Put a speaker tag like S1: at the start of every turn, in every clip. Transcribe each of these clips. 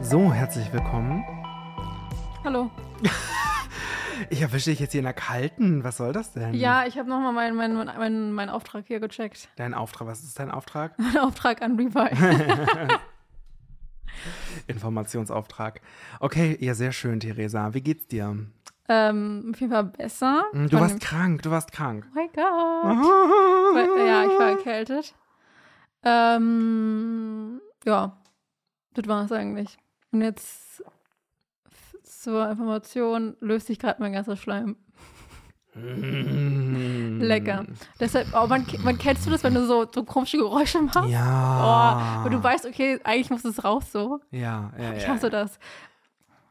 S1: So, herzlich willkommen.
S2: Hallo.
S1: Ich erwische dich jetzt hier in der kalten. Was soll das denn?
S2: Ja, ich habe nochmal meinen mein, mein, mein, mein Auftrag hier gecheckt.
S1: Dein Auftrag, was ist dein Auftrag?
S2: Mein Auftrag an Revive.
S1: Informationsauftrag. Okay, ja, sehr schön, Theresa. Wie geht's dir? Hm,
S2: ähm, auf jeden Fall besser.
S1: Mhm, Du
S2: Von
S1: warst
S2: dem-
S1: krank, du warst krank.
S2: Oh mein Gott. Weil- Ja,
S1: Ja,
S2: ich war erkältet. Ähm, ja, das war es eigentlich. Und jetzt f- zur Information löst sich gerade mein ganzer Schleim.
S1: Mm. Mhm.
S2: Lecker. Deshalb, oh, man, man kennst du das, wenn du so, so komische Geräusche machst?
S1: Ja.
S2: Oh, und du weißt, okay, eigentlich muss es raus so.
S1: Ja, ja,
S2: Ich
S1: ja.
S2: hasse das.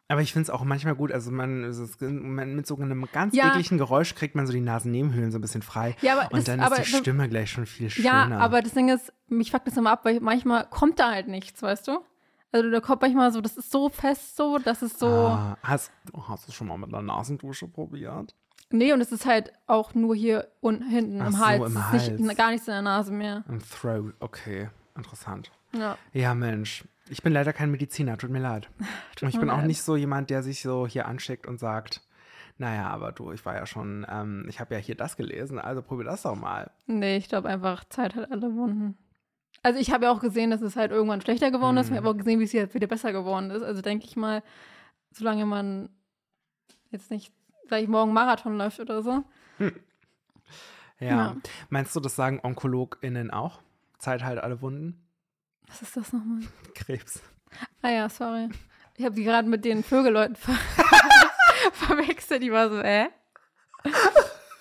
S1: Aber ich finde es auch manchmal gut, also man, es ist, man mit so einem ganz
S2: Ja.
S1: ekligen Geräusch kriegt man so die Nasennebenhöhlen so ein bisschen frei.
S2: Ja, aber
S1: und
S2: das-
S1: dann
S2: aber
S1: ist die
S2: das-
S1: Stimme gleich schon viel
S2: Ja,
S1: schöner.
S2: aber das Ding ist, mich fuckt das immer ab, weil manchmal kommt da halt nichts, weißt du? Also da kommt manchmal so, das ist so fest so, das ist so.
S1: Ah, hast, hast du schon mal mit einer Nasendusche probiert?
S2: Nee, und es ist halt auch nur hier unten hinten
S1: Ach
S2: am
S1: so,
S2: Hals.
S1: im
S2: Es Ist
S1: Hals.
S2: nicht, gar nichts in der Nase mehr.
S1: Im Throat, okay. Interessant.
S2: Ja.
S1: Ja, Mensch. Ich bin leider kein Mediziner, tut mir leid. Und ich
S2: mir
S1: bin auch
S2: leid.
S1: nicht so jemand, der sich so hier anschickt und sagt, naja, aber du, ich war ja schon, ähm, ich habe ja hier das gelesen, also probier das doch mal.
S2: Nee, ich glaube einfach, Zeit hat alle Wunden. Also ich habe ja auch gesehen, dass es halt irgendwann schlechter geworden ist. Ich
S1: Mhm.
S2: habe auch gesehen, wie es jetzt wieder besser geworden ist. Also denke ich mal, solange man jetzt nicht gleich morgen Marathon läuft oder so.
S1: Ja.
S2: Ja.
S1: Meinst du, das sagen OnkologInnen auch? Zeit halt alle Wunden?
S2: Was ist das nochmal?
S1: Krebs.
S2: Ah ja, sorry. Ich habe die gerade mit den Vögelleuten ver verwechselt. Die war so, äh?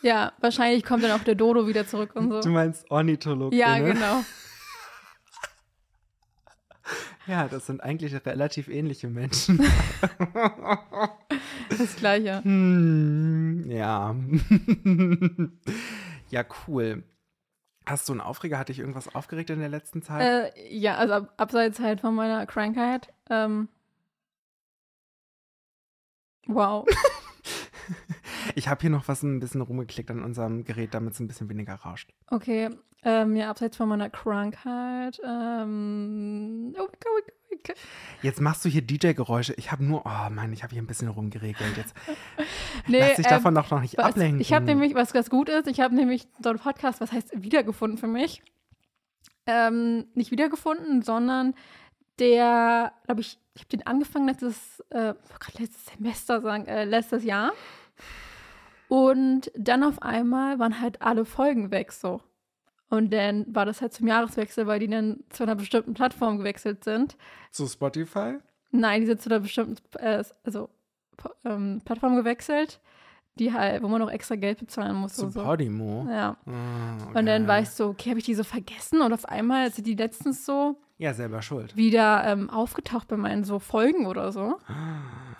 S2: Ja, wahrscheinlich kommt dann auch der Dodo wieder zurück und
S1: Du äh, ne?
S2: so.
S1: meinst OrnithologInnen?
S2: Ja, genau.
S1: Ja, das sind eigentlich relativ ähnliche Menschen.
S2: Das gleiche.
S1: Hm, ja. ja, cool. Hast du einen Aufreger? Hat dich irgendwas aufgeregt in der letzten Zeit?
S2: Äh, ja, also ab, abseits halt von meiner Krankheit. Ähm, wow. Äh.
S1: Ich habe hier noch was ein bisschen rumgeklickt an unserem Gerät, damit es ein bisschen weniger rauscht.
S2: Okay. Ähm, ja, abseits von meiner Krankheit. Ähm, oh, oh, oh, oh.
S1: Jetzt machst du hier DJ-Geräusche. Ich habe nur, oh Mann, ich habe hier ein bisschen rumgeregelt. Jetzt
S2: Nee,
S1: lass dich
S2: ähm,
S1: davon doch noch nicht
S2: Was,
S1: ablenken.
S2: Ich habe nämlich, was ganz gut ist, ich habe nämlich so einen Podcast, was heißt wiedergefunden für mich. Ähm, nicht wiedergefunden, sondern der, glaube ich, ich habe den angefangen letztes, äh, ich wollt grad letztes Semester sagen, äh, letztes Jahr. Und dann auf einmal waren halt alle Folgen weg so. Und dann war das halt zum Jahreswechsel, weil die dann zu einer bestimmten Plattform gewechselt sind.
S1: zu Spotify.
S2: Nein, die sind zu einer bestimmten äh, also, po- ähm, Plattform gewechselt, die halt, wo man noch extra Geld bezahlen muss.
S1: Zu
S2: und so.
S1: Podimo.
S2: Ja.
S1: Ah, okay.
S2: Und dann war ich so, okay, habe ich die so vergessen? Und auf einmal sind die letztens so
S1: Ja, selber schuld.
S2: wieder ähm, aufgetaucht bei meinen so Folgen oder so,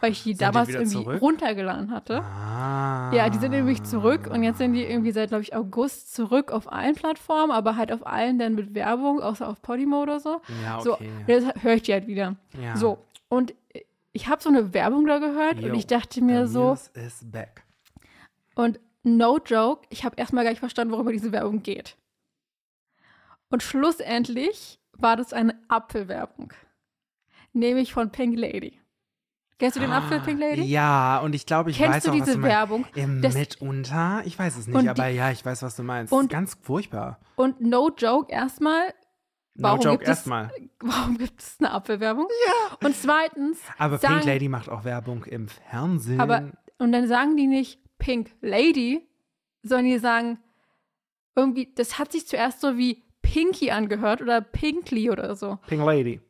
S2: weil ich die
S1: Ah. Sind die
S2: damals
S1: wieder
S2: irgendwie
S1: zurück?
S2: runtergeladen hatte.
S1: Ah.
S2: Ja, die sind nämlich zurück und jetzt sind die irgendwie seit, glaube ich, August zurück auf allen Plattformen, aber halt auf allen dann mit Werbung, außer auf Podimo oder so.
S1: Ja,
S2: So,
S1: okay.
S2: und jetzt höre ich die halt wieder.
S1: ja.
S2: So, und ich habe so eine Werbung da gehört
S1: Jo.
S2: und ich dachte mir
S1: The
S2: so,
S1: Muse is back.
S2: und no joke, ich habe erstmal gar nicht verstanden, worüber diese Werbung geht. Und schlussendlich war das eine Apfelwerbung. Nämlich von Pink Lady. Kennst du den Apfel, Pink Lady?
S1: Ah, Ja, und ich glaube, ich
S2: Kennst
S1: weiß
S2: du
S1: auch, was
S2: diese
S1: du meinst.
S2: Werbung?
S1: Ähm,
S2: Das-
S1: mitunter? Ich weiß es
S2: Und
S1: nicht,
S2: die-
S1: aber ja, ich weiß, was du meinst.
S2: Und-
S1: Ganz furchtbar.
S2: Und no joke, erstmal, Warum
S1: no joke,
S2: gibt es-
S1: erstmal.
S2: warum gibt es eine Apfelwerbung? Ja. Und zweitens,
S1: Aber
S2: sagen,
S1: Pink Lady macht auch Werbung im Fernsehen.
S2: aber und dann sagen die nicht Pink Lady, sondern die sagen irgendwie, das hat sich zuerst so wie Pinky angehört oder Pinkly oder so.
S1: Pink Lady.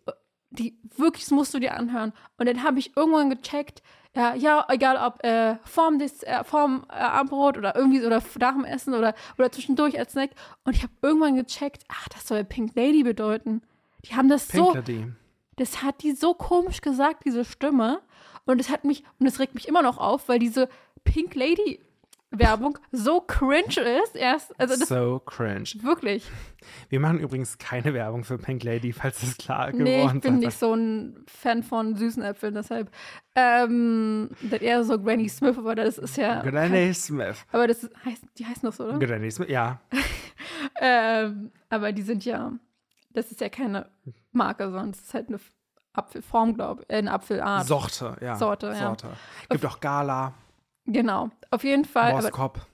S2: die wirklich das musst du dir anhören. Und dann habe ich irgendwann gecheckt, ja, ja, egal ob äh, vorm, Des äh, vorm äh, Abendbrot oder irgendwie so, oder f- nach dem Essen oder, oder zwischendurch als Snack. Und ich habe irgendwann gecheckt, ach, das soll Pink Lady bedeuten. Die haben das
S1: Pink
S2: so,
S1: Lady.
S2: das hat die so komisch gesagt, diese Stimme. Und es hat mich, und es regt mich immer noch auf, weil diese Pink Lady Werbung so cringe ist. Erst, also das
S1: so cringe.
S2: wirklich.
S1: Wir machen übrigens keine Werbung für Pink Lady, falls das klar
S2: Nee,
S1: geworden
S2: ich bin
S1: sei.
S2: nicht so ein Fan von süßen Äpfeln, deshalb. Ähm, das eher so Granny Smith, aber das ist ja.
S1: Granny Smith.
S2: Hm? Aber das ist, heißt, die heißen doch so, oder?
S1: Granny Smith, ja.
S2: Ähm, aber die sind ja, das ist ja keine Marke, sondern es ist halt eine Apfelform, glaube ich, äh, eine Apfelart.
S1: Sorte, ja.
S2: Sorte, ja.
S1: Sorte. Gibt auch Gala,
S2: Genau. Auf jeden Fall, aber
S1: Moskop.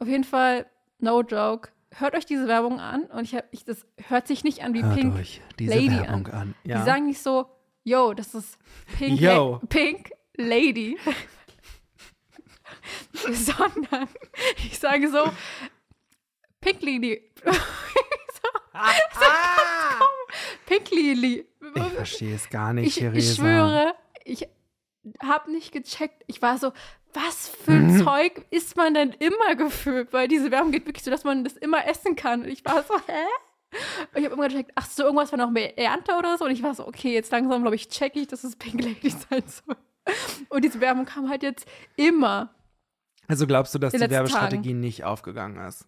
S2: auf jeden Fall, no joke. Hört euch diese Werbung an und ich habe, ich, das hört sich nicht an wie
S1: Hört
S2: Pink.
S1: euch diese
S2: Lady
S1: Werbung an. Ja.
S2: Die sagen nicht so, yo, das ist Pink,
S1: Yo.
S2: La Pink Lady. Sondern ich sage so, Pink Lady.
S1: ah, ah!
S2: Pink Lily.
S1: Ich verstehe es gar nicht,
S2: Hm? Ich,
S1: Theresa.
S2: ich schwöre, ich habe nicht gecheckt. Ich war so, was für ein Zeug isst man denn immer gefühlt? Weil diese Werbung geht wirklich so, dass man das immer essen kann. Und ich war so, hä? Und ich habe immer gecheckt, ach so, irgendwas war noch mehr Ernte oder so. Und ich war so, okay, jetzt langsam, glaube ich, check ich, dass es Pink Lady sein soll. Und diese Werbung kam halt jetzt immer.
S1: Also glaubst du, dass
S2: In
S1: die
S2: den letzten
S1: Werbestrategie nicht aufgegangen ist?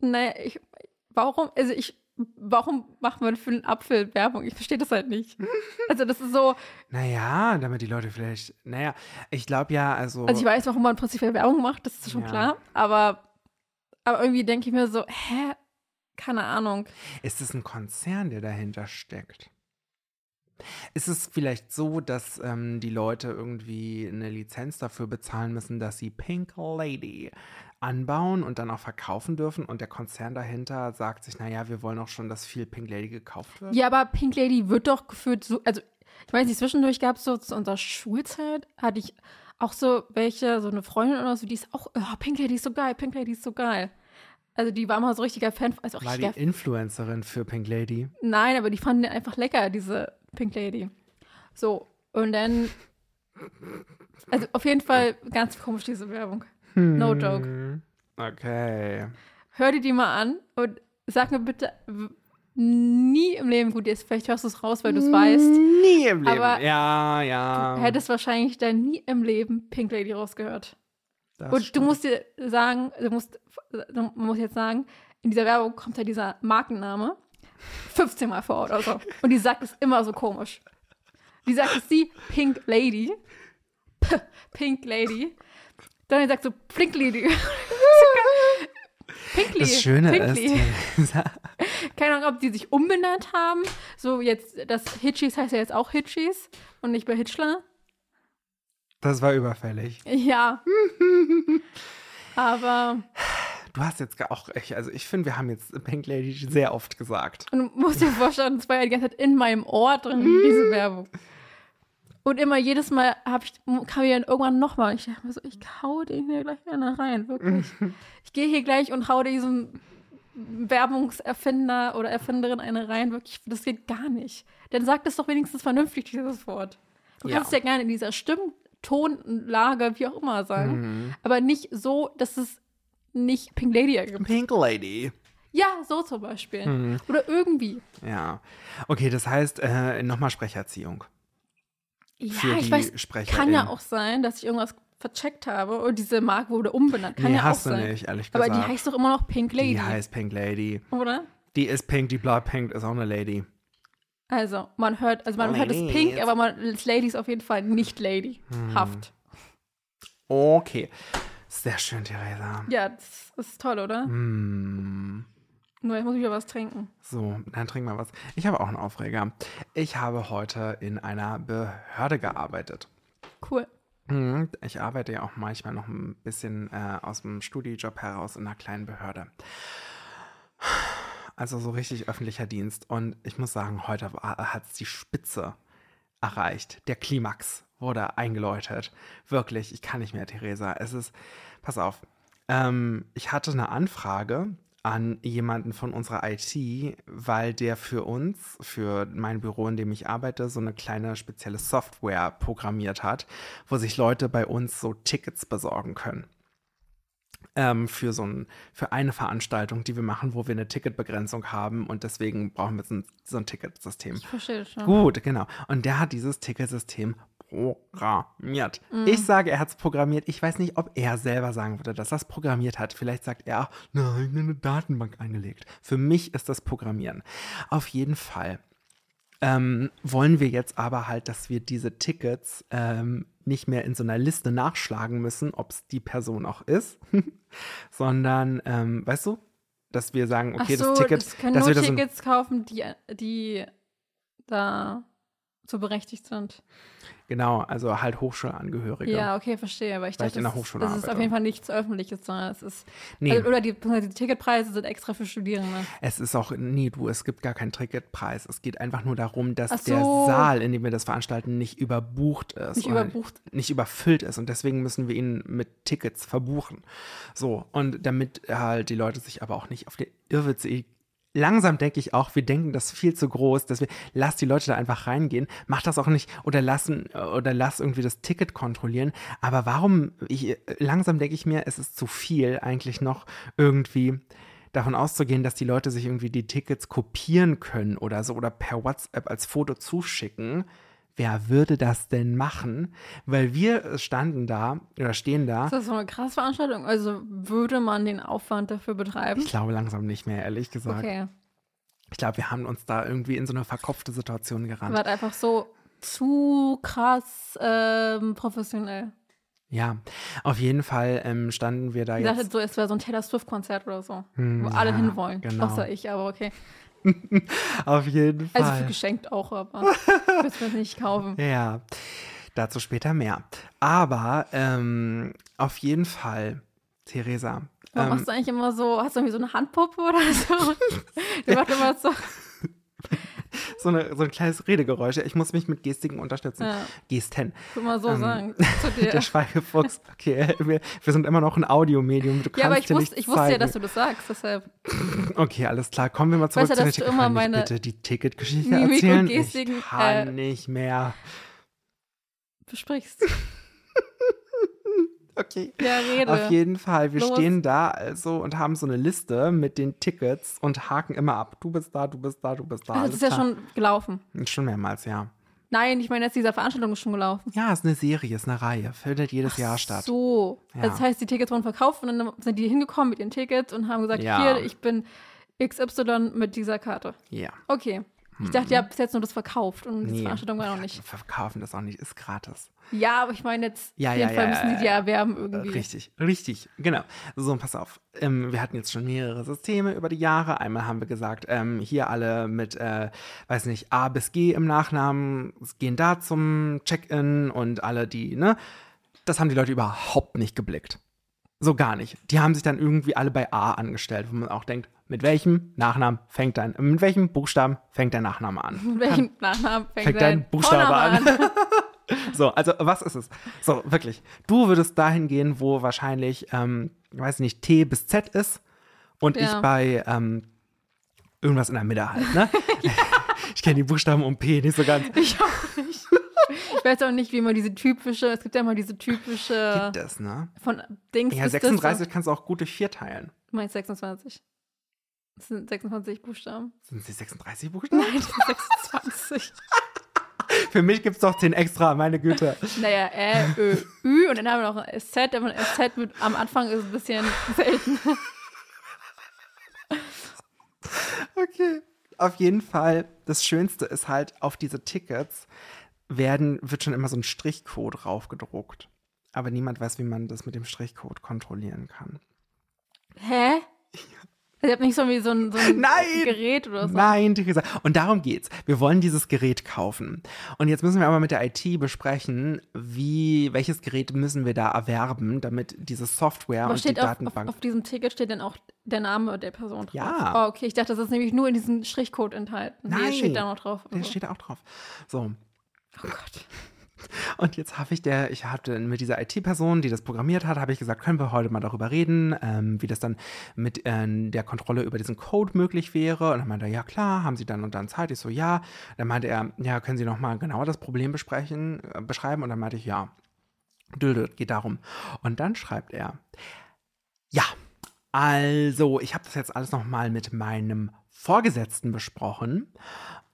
S2: Naja, ich, warum, also ich, warum macht man für einen Apfel Werbung? Ich verstehe das halt nicht. Also das ist so,
S1: Naja, damit die Leute vielleicht. Naja, ich glaube ja, also.
S2: Also ich weiß, warum man prinzipiell Werbung macht, das ist schon
S1: Ja.
S2: klar. Aber, aber irgendwie denke ich mir so, hä? Keine Ahnung.
S1: Ist es ein Konzern, der dahinter steckt? Ist es vielleicht so, dass ähm, die Leute irgendwie eine Lizenz dafür bezahlen müssen, dass sie Pink Lady anbauen und dann auch verkaufen dürfen und der Konzern dahinter sagt sich, naja, wir wollen auch schon, dass viel Pink Lady gekauft wird?
S2: Ja, aber Pink Lady wird doch gefühlt so, also ich weiß nicht, zwischendurch gab es so zu unserer Schulzeit, hatte ich auch so welche, so eine Freundin oder so, die ist auch, oh, Pink Lady ist so geil, Pink Lady ist so geil. Also die war immer so richtiger Fan, also auch
S1: War die
S2: richtiger
S1: Influencerin für Pink Lady?
S2: Nein, aber die fanden den einfach lecker, diese Pink Lady. So, und dann. Also auf jeden Fall ganz komisch, diese Werbung. No joke.
S1: Hm, Okay.
S2: Hör dir die mal an und sag mir bitte w- nie im Leben, gut, jetzt vielleicht hörst du es raus, weil
S1: Mm.
S2: du es weißt.
S1: Nie im Leben.
S2: Aber
S1: ja, ja.
S2: Du hättest wahrscheinlich dann nie im Leben Pink Lady rausgehört.
S1: Das
S2: Und du
S1: stimmt.
S2: musst dir sagen, du musst, du musst jetzt sagen, in dieser Werbung kommt ja dieser Markenname 15 Mal vor oder so. Und die sagt es immer so komisch. Die sagt es die Pink Lady. P Pink Lady. Dann sagt so Pink Lady. Pink Lady.
S1: das Schöne
S2: Pink
S1: ist,
S2: Lady.
S1: Theresa,
S2: Keine Ahnung, ob die sich umbenannt haben. So jetzt, das Hitchis heißt ja jetzt auch Hitchis und nicht mehr Hitchler.
S1: das war überfällig.
S2: Ja. Aber
S1: Du hast jetzt ge- auch, ich- also ich finde, wir haben jetzt Pink Lady sehr oft gesagt.
S2: Und du musst dir vorstellen, das war ja die ganze Zeit in meinem Ohr drin, diese Werbung. Und immer jedes Mal hab ich, kam mir dann irgendwann nochmal. Ich dachte mir so, ich hau den hier gleich wieder rein, wirklich. Ich gehe hier gleich und hau diesem Werbungserfinder oder Erfinderin eine rein, wirklich. Das geht gar nicht. Dann sag das doch wenigstens vernünftig, dieses Wort. Du
S1: Ja.
S2: kannst ja gerne in dieser Stimmtonlage, wie auch immer,
S1: Mhm.
S2: sagen. Aber nicht so, dass es nicht Pink Lady ergibt.
S1: Mhm. Pink Lady.
S2: Ja, so zum Beispiel. Oder irgendwie.
S1: Ja. Okay, das heißt, äh, nochmal Sprecherziehung.
S2: Ja,
S1: für
S2: ich
S1: die
S2: weiß,
S1: Sprecherin.
S2: kann ja auch sein, dass ich irgendwas vercheckt habe und diese Marke wurde umbenannt. Kann
S1: nee,
S2: ja
S1: hast
S2: auch
S1: du
S2: sein.
S1: nicht, ehrlich
S2: Aber
S1: gesagt.
S2: die heißt doch immer noch Pink Lady,
S1: Die heißt Pink Lady.
S2: oder?
S1: Die ist pink, die bleibt pink, ist auch eine Lady.
S2: Also, man hört, also man
S1: Oh,
S2: hört es
S1: Lady.
S2: Pink, aber man ist Lady ist auf jeden Fall nicht Lady. Haft.
S1: Okay. Sehr schön, Theresa.
S2: Ja, das ist toll, oder?
S1: Mm.
S2: Nur jetzt muss ich wieder was trinken.
S1: So, dann trink mal was. Ich habe auch einen Aufreger. Ich habe heute in einer Behörde gearbeitet.
S2: Cool.
S1: Mhm, Ich arbeite ja auch manchmal noch ein bisschen äh, aus dem Studijob heraus in einer kleinen Behörde. Also so richtig öffentlicher Dienst. Und ich muss sagen, heute hat es die Spitze erreicht. Der Klimax wurde eingeläutet. Wirklich, ich kann nicht mehr, Theresa. Es ist, pass auf. Ähm, ich hatte eine Anfrage an jemanden von unserer IT, weil der für uns, für mein Büro, in dem ich arbeite, so eine kleine spezielle Software programmiert hat, wo sich Leute bei uns so Tickets besorgen können ähm, für so ein, für eine Veranstaltung, die wir machen, wo wir eine Ticketbegrenzung haben und deswegen brauchen wir so ein, so ein Ticketsystem.
S2: Ich verstehe das schon.
S1: Gut, genau. Und der hat dieses Ticketsystem programmiert.
S2: Mhm.
S1: Ich sage, er hat es programmiert. Ich weiß nicht, ob er selber sagen würde, dass er es programmiert hat. Vielleicht sagt er, nein, in eine Datenbank eingelegt. Für mich ist das Programmieren. Auf jeden Fall ähm, wollen wir jetzt aber halt, dass wir diese Tickets ähm, nicht mehr in so einer Liste nachschlagen müssen, ob es die Person auch ist, sondern, ähm, weißt du, dass wir sagen, okay,
S2: Ach so,
S1: das Ticket,
S2: es können
S1: dass
S2: nur
S1: wir das in-
S2: Tickets kaufen, die, die da so berechtigt sind.
S1: genau, also halt Hochschulangehörige.
S2: Ja, okay, verstehe. Aber ich
S1: Weil
S2: dachte,
S1: ich in der
S2: das ist-
S1: Hochschule
S2: das ist auf
S1: arbeite.
S2: jeden Fall nichts Öffentliches, sondern es ist.
S1: nee,
S2: Also, oder die, beziehungsweise die Ticketpreise sind extra für Studierende.
S1: es ist auch, nee, du, es gibt gar keinen Ticketpreis. Es geht einfach nur darum, dass
S2: Ach
S1: der
S2: so.
S1: Saal, in dem wir das veranstalten, nicht überbucht ist.
S2: Nicht
S1: oder
S2: überbucht.
S1: nicht überfüllt ist und deswegen müssen wir ihn mit Tickets verbuchen. So, und damit halt die Leute sich aber auch nicht auf den Irrwitz Langsam denke ich auch, wir denken das viel zu groß, dass wir, lass die Leute da einfach reingehen, mach das auch nicht oder lassen oder lass irgendwie das Ticket kontrollieren. Aber warum, ich, äh, langsam denke ich mir, es ist zu viel eigentlich noch irgendwie davon auszugehen, dass die Leute sich irgendwie die Tickets kopieren können oder so oder per WhatsApp als Foto zuschicken wer würde das denn machen? Weil wir standen da oder stehen da.
S2: Ist das so eine krasse Veranstaltung? Also würde man den Aufwand dafür betreiben?
S1: Ich glaube langsam nicht mehr, ehrlich gesagt.
S2: Okay.
S1: Ich glaube, wir haben uns da irgendwie in so eine verkopfte Situation gerannt.
S2: War einfach so zu krass ähm, professionell.
S1: Ja, auf jeden Fall ähm, standen wir da
S2: Ich dachte
S1: jetzt.
S2: so, es wäre so ein Taylor Swift-Konzert oder so,
S1: Hm,
S2: wo alle
S1: ja,
S2: hinwollen.
S1: genau.
S2: Außer ich, aber okay.
S1: Auf jeden Fall.
S2: Also für geschenkt auch, aber ich würde es nicht kaufen.
S1: Ja, dazu später mehr. Aber ähm, auf jeden Fall, Theresa.
S2: Warum
S1: Ähm,
S2: machst du eigentlich immer so, hast du irgendwie so eine Handpuppe oder so? Du machst immer so.
S1: so, eine, so ein kleines Redegeräusch. Ich muss mich mit Gestiken unterstützen.
S2: Ja.
S1: Gesten.
S2: Guck mal so
S1: Ähm,
S2: sagen zu
S1: Der
S2: dir.
S1: Schweigefuchs. Okay, wir, wir sind immer noch ein Audiomedium. Du
S2: Ja, aber
S1: kannst
S2: ich
S1: dir
S2: wusste,
S1: nichts
S2: ich wusste ja,
S1: zeigen.
S2: dass du das sagst, deshalb
S1: Okay, alles klar. Kommen wir mal zurück
S2: Weißt
S1: zu
S2: du,
S1: den
S2: dass du
S1: Tickets.
S2: immer
S1: Kann
S2: meine
S1: ich bitte die Ticketgeschichte
S2: Mimik und
S1: erzählen?
S2: Gestiken,
S1: ich kann
S2: äh,
S1: nicht mehr.
S2: besprichst.
S1: Okay.
S2: Ja, rede.
S1: Auf jeden Fall, wir
S2: Los.
S1: stehen da also und haben so eine Liste mit den Tickets und haken immer ab. Du bist da, du bist da, du bist da.
S2: also,
S1: alles
S2: das ist ja
S1: klar.
S2: schon gelaufen.
S1: schon mehrmals, ja.
S2: Nein, ich meine, jetzt dieser Veranstaltung ist schon gelaufen.
S1: Ja, ist eine Serie, ist eine Reihe, findet jedes Jahr statt.
S2: So.
S1: Ja.
S2: Also das heißt, die Tickets wurden verkauft und dann sind die hingekommen mit ihren Tickets und haben gesagt,
S1: Ja.
S2: hier, ich bin XY mit dieser Karte.
S1: Ja.
S2: Okay. Ich dachte, ihr habt bis jetzt nur das verkauft und die
S1: Mhm. Nee.
S2: Veranstaltung war noch nicht.
S1: Wir verkaufen das auch nicht, ist gratis.
S2: Ja, aber ich meine jetzt,
S1: Ja,
S2: auf
S1: ja,
S2: jeden Fall
S1: ja,
S2: müssen
S1: ja,
S2: die die
S1: ja.
S2: erwerben irgendwie.
S1: Äh, Richtig, richtig, genau. So, pass auf. Ähm, wir hatten jetzt schon mehrere Systeme über die Jahre. Einmal haben wir gesagt, ähm, hier alle mit, äh, weiß nicht, A bis G im Nachnamen gehen da zum Check-in und alle die, ne? Das haben die Leute überhaupt nicht geblickt. So gar nicht. Die haben sich dann irgendwie alle bei A angestellt, wo man auch denkt, mit welchem Nachnamen fängt dein, mit welchem Buchstaben fängt dein Nachname an?
S2: Mit welchem Nachnamen fängt,
S1: fängt
S2: dein
S1: dein Buchstabe
S2: Vorname
S1: an? So, also was ist es? So, wirklich. Du würdest dahin gehen, wo wahrscheinlich, ähm, ich weiß nicht, T bis Z ist und
S2: Ja.
S1: ich bei ähm, irgendwas in der Mitte halt, ne? Ich kenne die Buchstaben um P nicht so ganz.
S2: Ich auch nicht. Ich weiß auch nicht, wie man diese typische, es gibt ja immer diese typische
S1: Gibt es, ne?
S2: von Dings
S1: Ja,
S2: bis das-
S1: 36 kannst du auch gut durch vier teilen.
S2: Du meinst 26. Das sind 26 Buchstaben.
S1: Sind sie 36 Buchstaben?
S2: Nein, das sind 26.
S1: Für mich gibt es doch 10 extra, meine Güte.
S2: naja, Ä, Ö, Ü und dann haben wir noch ein SZ, aber ein SZ mit, am Anfang ist ein bisschen selten.
S1: Okay. Auf jeden Fall, das Schönste ist halt, auf diese Tickets werden, wird schon immer so ein Strichcode raufgedruckt. Aber niemand weiß, wie man das mit dem Strichcode kontrollieren kann.
S2: Hä? Ich habe nicht so wie so ein, so ein
S1: Nein!
S2: Gerät oder so.
S1: Nein, Theresa. Und darum geht's. Wir wollen dieses Gerät kaufen. Und jetzt müssen wir aber mit der IT besprechen, wie, welches Gerät müssen wir da erwerben, damit diese Software
S2: Aber
S1: und die
S2: steht auf, auf,
S1: Datenbank.
S2: auf diesem Ticket steht dann auch der Name der Person drauf.
S1: Ja.
S2: Oh, okay. Ich dachte, das ist nämlich nur in diesem Strichcode enthalten. Nee,
S1: Nein.
S2: steht da noch drauf.
S1: der
S2: Also,
S1: steht da auch drauf. So.
S2: oh Gott.
S1: Und jetzt habe ich der, ich hatte mit dieser IT-Person, die das programmiert hat, habe ich gesagt, können wir heute mal darüber reden, ähm, wie das dann mit ähm, der Kontrolle über diesen Code möglich wäre. Und dann meinte er, ja klar, haben Sie dann und dann Zeit? Ich so, ja. Dann meinte er, ja, können Sie nochmal genau das Problem besprechen, äh, beschreiben? Und dann meinte ich, ja. Dödö, geht darum. Und dann schreibt er, ja, also ich habe das jetzt alles nochmal mit meinem Vorgesetzten besprochen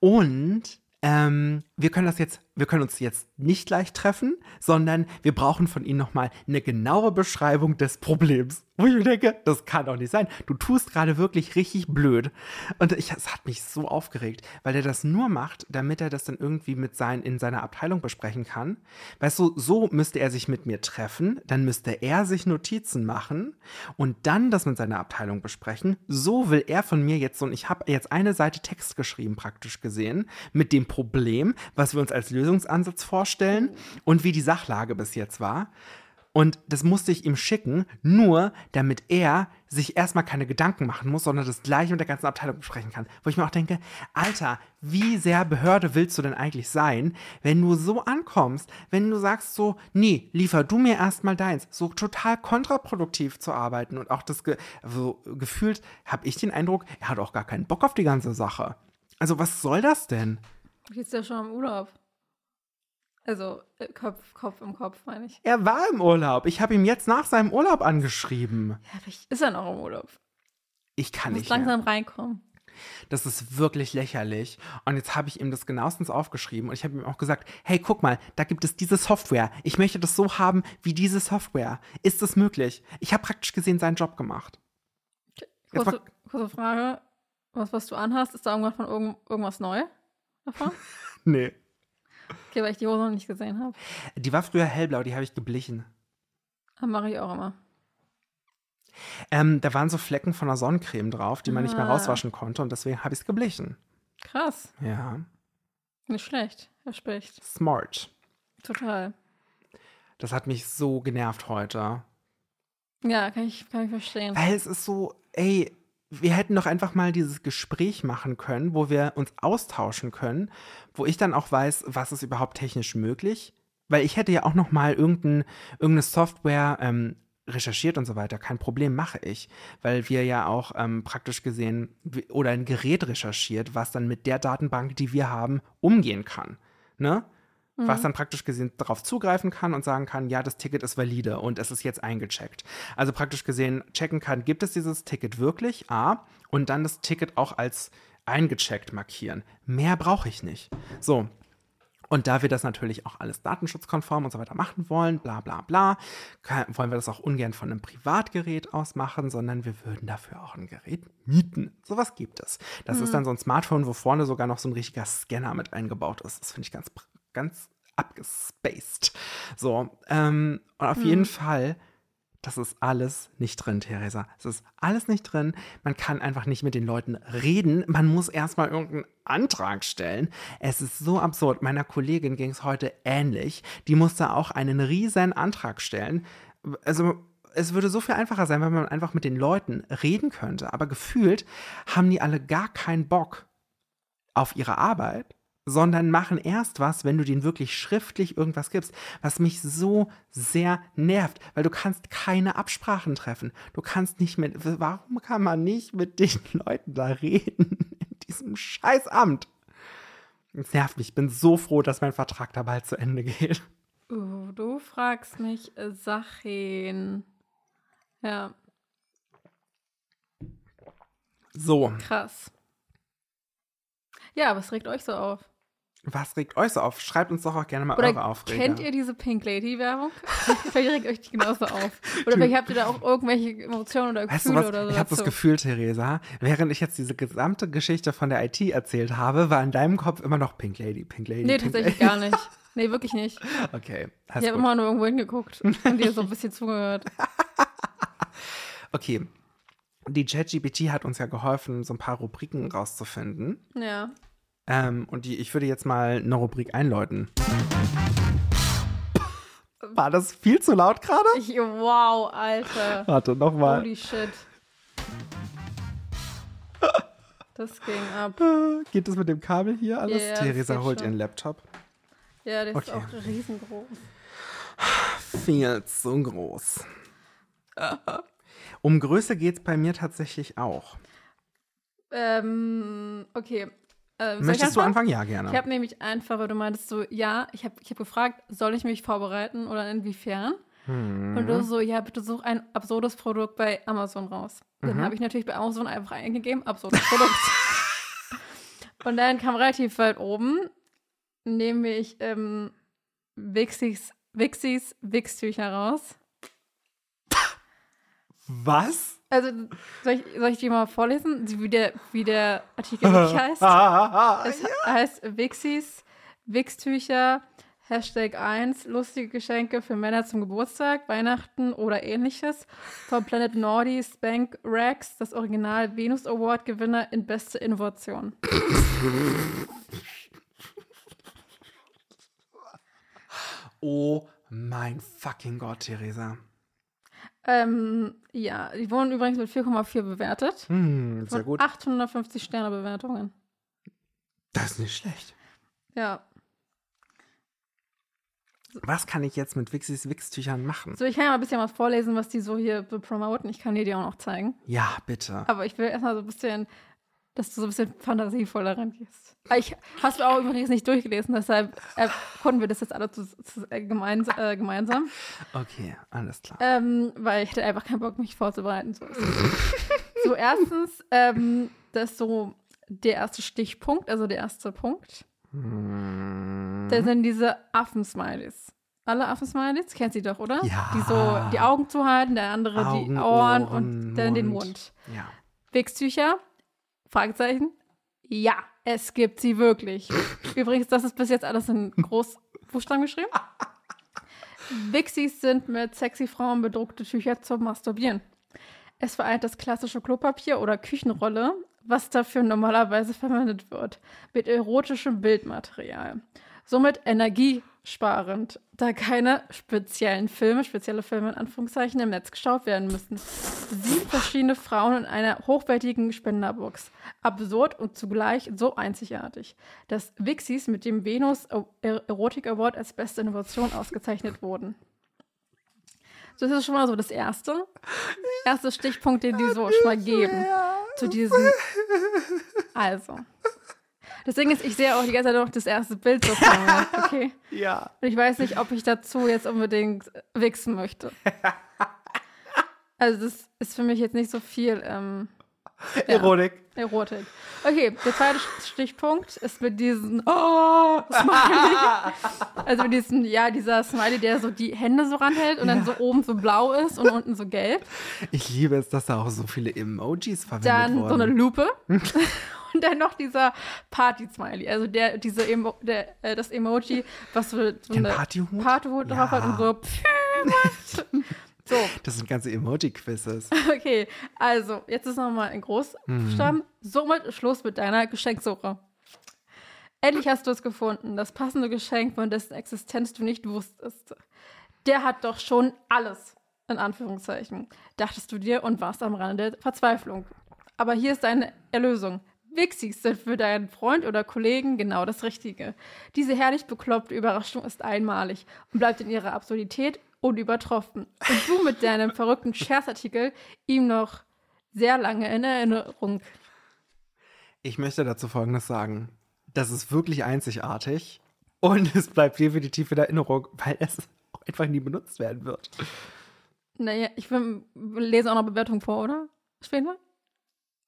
S1: und ähm, wir können das jetzt, wir können uns jetzt nicht gleich treffen, sondern wir brauchen von Ihnen nochmal eine genaue Beschreibung des Problems. Wo ich mir denke, das kann doch nicht sein. Du tust gerade wirklich richtig blöd. Und ich, es hat mich so aufgeregt, weil er das nur macht, damit er das dann irgendwie mit sein, in seiner Abteilung besprechen kann. Weißt du, so müsste er sich mit mir treffen, dann müsste er sich Notizen machen und dann das mit seiner Abteilung besprechen. So will er von mir jetzt so, und ich habe jetzt eine Seite Text geschrieben, praktisch gesehen, mit dem Problem, was wir uns als Lösungsansatz vorstellen und wie die Sachlage bis jetzt war. Und das musste ich ihm schicken, nur damit er sich erstmal keine Gedanken machen muss, sondern das gleiche mit der ganzen Abteilung besprechen kann. Wo ich mir auch denke, Alter, wie sehr Behörde willst du denn eigentlich sein, wenn du so ankommst, wenn du sagst so, nee, liefer du mir erstmal deins, so total kontraproduktiv zu arbeiten und auch das ge also gefühlt habe ich den Eindruck, er hat auch gar keinen Bock auf die ganze Sache. Also was soll das denn?
S2: Du gehst ja schon im Urlaub. Also äh, Kopf, Kopf im Kopf, meine ich.
S1: Er war im Urlaub. Ich habe ihm jetzt nach seinem Urlaub angeschrieben.
S2: Ja, vielleicht ist er noch im Urlaub.
S1: Ich kann
S2: Muss
S1: nicht mehr.
S2: langsam reinkommen.
S1: Das ist wirklich lächerlich. Und jetzt habe ich ihm das genauestens aufgeschrieben und ich habe ihm auch gesagt, hey, guck mal, da gibt es diese Software. Ich möchte das so haben wie diese Software. Ist das möglich? Ich habe praktisch gesehen seinen Job gemacht. Jetzt
S2: Kurze, kurze Frage. Was, was du anhast, ist da irgendwas von irgend, irgendwas neu davon?
S1: Nee.
S2: Okay, weil ich die Hose noch nicht gesehen habe.
S1: Die war früher hellblau, die habe ich geblichen.
S2: Das mache Ah, ich auch immer.
S1: Ähm, da waren so Flecken von der Sonnencreme drauf, die man nicht mehr
S2: Ah.
S1: rauswaschen konnte und deswegen habe ich es geblichen.
S2: Krass.
S1: Ja,
S2: Nicht schlecht. Verspricht.
S1: smart.
S2: Total.
S1: Das hat mich so genervt heute.
S2: Ja, kann ich, kann ich verstehen.
S1: Weil es ist so, ey, wir hätten doch einfach mal dieses Gespräch machen können, wo wir uns austauschen können, wo ich dann auch weiß, was ist überhaupt technisch möglich. Weil ich hätte ja auch noch mal irgendein, irgendeine Software ähm, recherchiert und so weiter. Kein Problem, mache ich. Weil wir ja auch ähm, praktisch gesehen wi- oder ein Gerät recherchiert, was dann mit der Datenbank, die wir haben, umgehen kann. Ne? was dann praktisch gesehen darauf zugreifen kann und sagen kann, ja, das Ticket ist valide und es ist jetzt eingecheckt. Also praktisch gesehen checken kann, gibt es dieses Ticket wirklich? A. Und dann das Ticket auch als eingecheckt markieren. Mehr brauche ich nicht. So. Und da wir das natürlich auch alles datenschutzkonform und so weiter machen wollen, bla bla bla, kann, wollen wir das auch ungern von einem Privatgerät aus machen, sondern wir würden dafür auch ein Gerät mieten. Sowas gibt es. Das ist dann so ein Smartphone, wo vorne sogar noch so ein richtiger Scanner mit eingebaut ist. Das finde ich ganz, pr- ganz abgespaced. So, ähm, und auf jeden Fall, das ist alles nicht drin, Theresa. Es ist alles nicht drin. Man kann einfach nicht mit den Leuten reden. Man muss erstmal irgendeinen Antrag stellen. Es ist so absurd. Meiner Kollegin ging es heute ähnlich. Die musste auch einen riesen Antrag stellen. Also es würde so viel einfacher sein, wenn man einfach mit den Leuten reden könnte. Aber gefühlt haben die alle gar keinen Bock auf ihre Arbeit, sondern machen erst was, wenn du denen wirklich schriftlich irgendwas gibst, was mich so sehr nervt, weil du kannst keine Absprachen treffen. Du kannst nicht mit, warum kann man nicht mit den Leuten da reden in diesem Scheißamt? Das nervt mich. Ich bin so froh, dass mein Vertrag da bald zu Ende geht.
S2: Uh, du fragst mich äh, Sachen. Ja,
S1: So,
S2: krass. Ja, was regt euch so auf?
S1: was regt euch so auf? Schreibt uns doch auch gerne mal eure
S2: Oder
S1: Aufreger.
S2: kennt ihr diese Pink Lady-Werbung? vielleicht regt euch die genauso auf. Oder vielleicht habt ihr da auch irgendwelche Emotionen oder Gefühle
S1: Weißt du was?
S2: oder so.
S1: ich habe das
S2: dazu.
S1: Gefühl, Theresa, während ich jetzt diese gesamte Geschichte von der IT erzählt habe, war in deinem Kopf immer noch Pink Lady, Pink Lady.
S2: Nee,
S1: Pink
S2: tatsächlich gar nicht. Nee, wirklich nicht.
S1: Lady. Okay, alles
S2: Ich
S1: gut.
S2: habe immer nur irgendwo hingeguckt und dir so ein bisschen zugehört.
S1: Okay. Die ChatGPT hat uns ja geholfen, so ein paar Rubriken rauszufinden.
S2: Ja.
S1: Ähm, und die, ich würde jetzt mal eine Rubrik einläuten. War das viel zu laut gerade?
S2: Ich, wow, Alter.
S1: Warte, nochmal.
S2: Holy shit. Das ging ab.
S1: Ah, Geht das mit dem Kabel hier alles?
S2: Ja, das
S1: Theresa
S2: geht
S1: holt
S2: schon.
S1: ihren Laptop.
S2: Ja, der
S1: Okay.
S2: ist auch riesengroß.
S1: Viel zu groß. Um Größe geht es bei mir tatsächlich auch.
S2: Ähm, okay. Ähm, soll ich
S1: Möchtest du anfangen? Ja, gerne.
S2: Ich habe nämlich einfach, weil du meintest so, ja, ich habe ich hab gefragt, soll ich mich vorbereiten oder inwiefern? Und du so, ja, bitte such ein absurdes Produkt bei Amazon raus. Dann habe ich natürlich bei Amazon einfach eingegeben, absurdes Produkt. Und dann kam relativ weit oben nehme ich ähm, Wixis, Wixis Wichstücher raus.
S1: Was?
S2: Also, soll ich, soll ich die mal vorlesen, wie der, wie der Artikel wirklich heißt?
S1: Ah,
S2: Es heißt Wixis, Wixtücher, Hashtag 1, lustige Geschenke für Männer zum Geburtstag, Weihnachten oder ähnliches. Von Planet Nordy, Spank Rex, das Original Venus Award Gewinner in beste Innovation.
S1: oh mein fucking Gott, Theresa.
S2: Ähm, ja, die wurden übrigens mit 4,4 bewertet.
S1: Hm, sehr
S2: Von
S1: gut.
S2: 850 Sterne Bewertungen.
S1: Das ist nicht schlecht.
S2: Ja.
S1: Was kann ich jetzt mit Wixis Wichstüchern machen?
S2: So, ich kann ja mal ein bisschen was vorlesen, was die so hier be- promoten. Ich kann dir die auch noch zeigen.
S1: Ja, bitte.
S2: Aber ich will erstmal so ein bisschen, dass du so ein bisschen fantasievoller rangehst. Ah, Ich hast du auch übrigens nicht durchgelesen, deshalb äh, konnten wir das jetzt alle zu, zu, äh, gemeins, äh, gemeinsam.
S1: Okay, alles klar.
S2: Ähm, weil ich hatte einfach keinen Bock, mich vorzubereiten. So, ist es. so erstens, ähm, das ist so der erste Stichpunkt, also der erste Punkt.
S1: Hm.
S2: Da sind diese Affen-Smileys. Alle Affen-Smileys, kennt sie doch, oder?
S1: Ja.
S2: Die so die Augen zuhalten, der andere
S1: Augen,
S2: die Ohren
S1: Ohren,
S2: und dann den
S1: Mund.
S2: Mund.
S1: Ja.
S2: Wichstücher? Fragezeichen. Ja, es gibt sie wirklich. Übrigens, das ist bis jetzt alles in Großbuchstaben geschrieben. Wichsis sind mit sexy Frauen bedruckte Tücher zum Masturbieren. Es vereint das klassische Klopapier oder Küchenrolle, was dafür normalerweise verwendet wird, mit erotischem Bildmaterial. Somit energiesparend, da keine speziellen Filme, spezielle Filme in Anführungszeichen, im Netz geschaut werden müssen. Sieben verschiedene Frauen in einer hochwertigen Spenderbox. Absurd und zugleich so einzigartig, dass Wixis mit dem Venus Er- Erotik Award als beste Innovation ausgezeichnet wurden. So, Das ist schon mal so das Erste. Erste Stichpunkt, den die so schon mal geben. Zu diesem. Also. Das Ding ist, ich sehe auch die ganze Zeit noch das erste Bild so vor mir. Okay.
S1: Ja.
S2: Und ich weiß nicht, ob ich dazu jetzt unbedingt wichsen möchte. Also, das ist für mich jetzt nicht so viel ähm,
S1: Erotik.
S2: Erotik. Okay, der zweite Stichpunkt ist mit diesem
S1: Oh.
S2: Also mit diesem, ja, dieser Smiley, der so die Hände so ranhält und dann so oben so blau ist und unten so gelb.
S1: Ich liebe es, dass da auch so viele Emojis verwendet
S2: Dann so eine
S1: wurden.
S2: Lupe. Und dann noch dieser Party-Smiley, also der, diese Emo, der, äh, das Emoji, was so, so
S1: Den
S2: eine
S1: Partyhut?
S2: Partyhut drauf hat und
S1: Ja.
S2: so. Pfü macht. so,
S1: das sind ganze Emoji-Quizzes.
S2: okay. Also, jetzt ist nochmal in
S1: Mhm.
S2: Großbuchstaben. Somit Schluss mit deiner Geschenksuche. Endlich hast du es gefunden, das passende Geschenk, von dessen Existenz du nicht wusstest. Der hat doch schon alles, in Anführungszeichen, dachtest du dir und warst am Rande der Verzweiflung. Aber hier ist deine Erlösung. Wixis sind für deinen Freund oder Kollegen genau das Richtige. Diese herrlich bekloppte Überraschung ist einmalig und bleibt in ihrer Absurdität unübertroffen. Und du mit deinem verrückten Scherzartikel ihm noch sehr lange in Erinnerung.
S1: Ich möchte dazu Folgendes sagen. Das ist wirklich einzigartig und es bleibt definitiv in Erinnerung, weil es auch einfach nie benutzt werden wird.
S2: Naja, ich will, lese auch noch Bewertungen vor, oder? Später?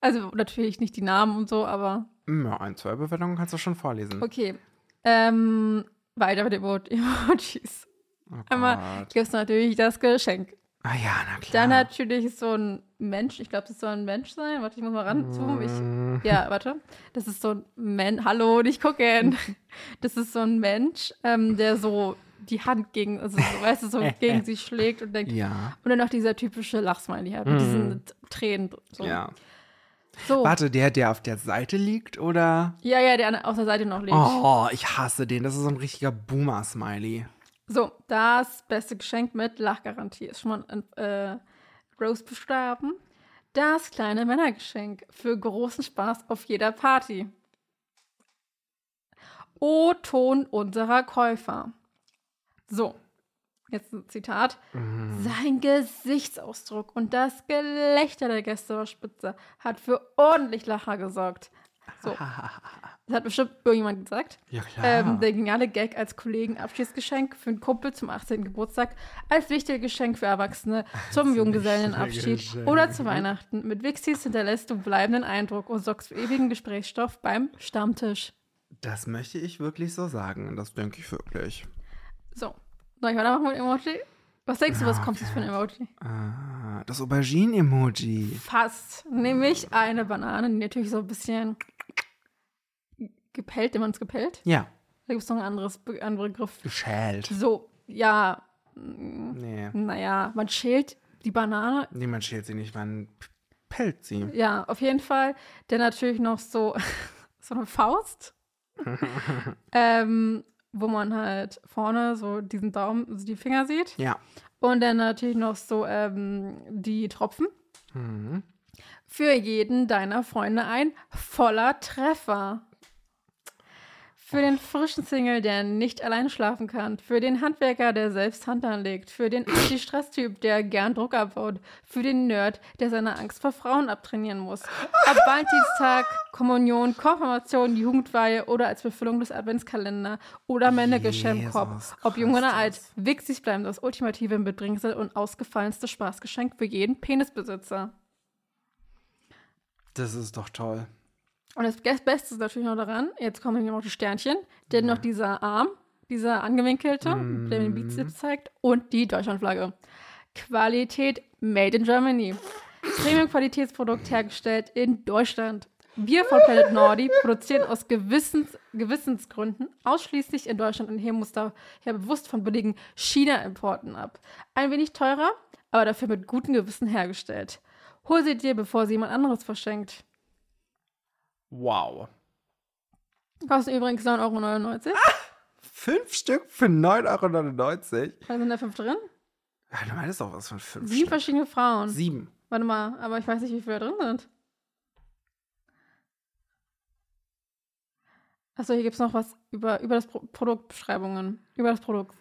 S2: Also natürlich nicht die Namen und so, aber
S1: Hm, Ja, ein, zwei Bewertungen kannst du schon vorlesen.
S2: okay. Ähm, weiter mit den Emo- Emojis.
S1: Oh
S2: Einmal
S1: Gott.
S2: gibt es natürlich das Geschenk.
S1: Ah ja, na klar.
S2: Dann natürlich so ein Mensch, ich glaube, das soll ein Mensch sein. Warte, ich muss mal ranzoomen. Ich,
S1: Mm,
S2: Ja, warte. Das ist so ein Mensch. Hallo, nicht gucken. Das ist so ein Mensch, ähm, der so die Hand gegen, also so, weißt du, so gegen sie schlägt und denkt.
S1: ja.
S2: Und dann noch dieser typische Lachsmiley halt mit
S1: Mhm.
S2: diesen T- Tränen. So.
S1: ja.
S2: So.
S1: Warte, der, der auf der Seite liegt, oder?
S2: Ja, ja, der an- auf der Seite noch lebt.
S1: Oh, ich hasse den. Das ist so ein richtiger Boomer-Smiley.
S2: So, das beste Geschenk mit Lachgarantie ist schon mal in äh, Rose beschreiben. Das kleine Männergeschenk für großen Spaß auf jeder Party. O-Ton unserer Käufer. So, jetzt ein Zitat.
S1: Hm,
S2: Sein Gesichtsausdruck und das Gelächter der Gäste war spitze, hat für ordentlich Lacher gesorgt. So, das hat bestimmt irgendjemand gesagt.
S1: Ja, klar.
S2: Ähm, der geniale Gag als Kollegen-Abschiedsgeschenk für einen Kumpel zum 18. Geburtag, als wichtiges Geschenk für Erwachsene zum Junggesellenabschied
S1: Geschenk.
S2: oder zu Weihnachten. Mit Wixis hinterlässt du bleibenden Eindruck und sorgst für ewigen Gesprächsstoff beim Stammtisch.
S1: Das möchte ich wirklich so sagen. Das denke ich wirklich.
S2: So, soll ich weitermachen mit Emoji? Was denkst du, was
S1: Ja,
S2: kommt jetzt für ein Emoji?
S1: Ah, das Aubergine-Emoji.
S2: Fast. Nämlich eine Banane, die natürlich so ein bisschen gepellt, wenn man es gepellt.
S1: Ja,
S2: Da gibt es noch einen anderes Be anderen Begriff.
S1: geschält.
S2: So, ja, mm,
S1: Nee.
S2: naja, man schält die Banane.
S1: Nee, man schält sie nicht, man pellt sie.
S2: Ja, auf jeden Fall. Dann natürlich noch so, so eine Faust, ähm, wo man halt vorne so diesen Daumen, also die Finger sieht.
S1: Ja.
S2: Und dann natürlich noch so ähm, die Tropfen.
S1: Mhm.
S2: Für jeden deiner Freunde ein voller Treffer. Für den frischen Single, der nicht allein schlafen kann. Für den Handwerker, der selbst Hand anlegt. Für den Anti-Stress-Typ, der gern Druck abbaut. Für den Nerd, der seine Angst vor Frauen abtrainieren muss. Ob Valentinstag, Kommunion, Konfirmation, Jugendweihe oder als Befüllung des Adventskalender oder Männergeschenkkorb.
S1: Jesus
S2: Ob jung oder alt,
S1: Christus.
S2: wichtig bleiben das ultimative Mitbringsel und ausgefallenste Spaßgeschenk für jeden Penisbesitzer.
S1: Das ist doch toll.
S2: Und das Best- Beste ist natürlich noch daran, jetzt kommen nämlich noch die Sternchen, denn noch dieser Arm, dieser angewinkelte, der den Bizeps zeigt, und die Deutschlandflagge. Qualität made in Germany. Premium-Qualitätsprodukt hergestellt in Deutschland. Wir von Planet Nordi produzieren aus Gewissens, Gewissensgründen ausschließlich in Deutschland und heben uns daher bewusst von billigen China-Importen ab. Ein wenig teurer, aber dafür mit gutem Gewissen hergestellt. Hol sie dir, bevor sie jemand anderes verschenkt.
S1: Wow.
S2: Kosten übrigens 9,99 Euro.
S1: Fünf Stück für 9,99 Euro?
S2: Da sind da fünf drin.
S1: Ja, du meinst doch was von fünf
S2: Sieben
S1: Stück.
S2: verschiedene Frauen.
S1: Sieben.
S2: Warte mal, aber ich weiß nicht, wie viele da drin sind. Achso, hier gibt es noch was über, über das Pro Produktbeschreibungen. Über das Produkt.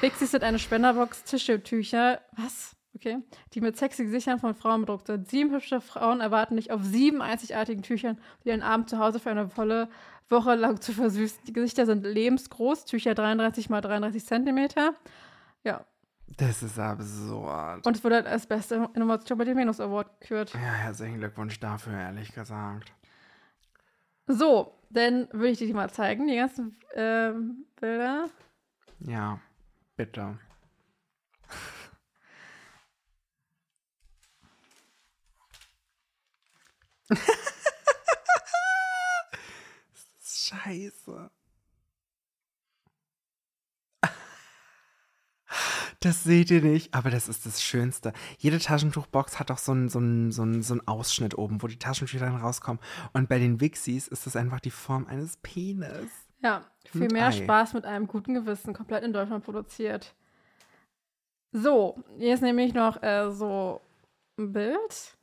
S2: Wichsig sind eine Spenderbox, Tischtücher. Was? Okay. Die mit sexy Gesichtern von Frauen bedruckt sind. Sieben hübsche Frauen erwarten dich auf sieben einzigartigen Tüchern, die deinen Abend zu Hause für eine volle Woche lang zu versüßen. Die Gesichter sind lebensgroß, Tücher 33 mal 33 Zentimeter. Ja.
S1: Das ist absurd.
S2: Und es wurde halt als beste Innovation bei dem Venus Award gekürt.
S1: Ja, herzlichen Glückwunsch dafür, ehrlich gesagt.
S2: So, dann würde ich dir die mal zeigen, die ganzen ähm, Bilder.
S1: Ja, bitte. Das ist Scheiße. Das seht ihr nicht, aber das ist das Schönste. Jede Taschentuchbox hat auch so einen so einen- so einen- so einen Ausschnitt oben, wo die Taschentücher dann rauskommen. Und bei den Wixies ist das einfach die Form eines Penis.
S2: Ja, für
S1: Mit
S2: mehr
S1: Ei.
S2: Spaß mit einem guten Gewissen, komplett in Deutschland produziert. So, hier ist nämlich noch äh, so ein Bild.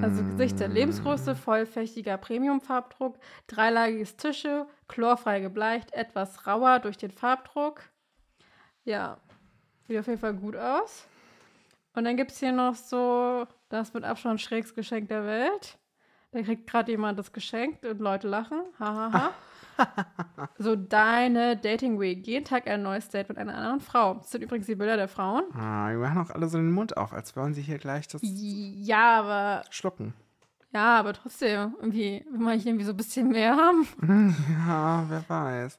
S2: Also Gesichter,
S1: Mm.
S2: Lebensgröße, vollfächiger Premium-Farbdruck, dreilagiges Tische, chlorfrei gebleicht, etwas rauer durch den Farbdruck. Ja, sieht auf jeden Fall gut aus. Und dann gibt es hier noch so das mit Abstand schrägst Geschenk der Welt. Da kriegt gerade jemand das geschenkt und Leute lachen. Hahaha. Ha, ha. so deine Dating Week. Jeden Tag ein neues Date mit einer anderen Frau. Das sind übrigens die Bilder der Frauen.
S1: Ah, wir machen auch alle so den Mund auf, als wollen sie hier gleich das
S2: Ja, aber
S1: schlucken.
S2: ja, aber trotzdem irgendwie will man hier irgendwie so ein bisschen mehr haben.
S1: Hm, Ja, wer weiß.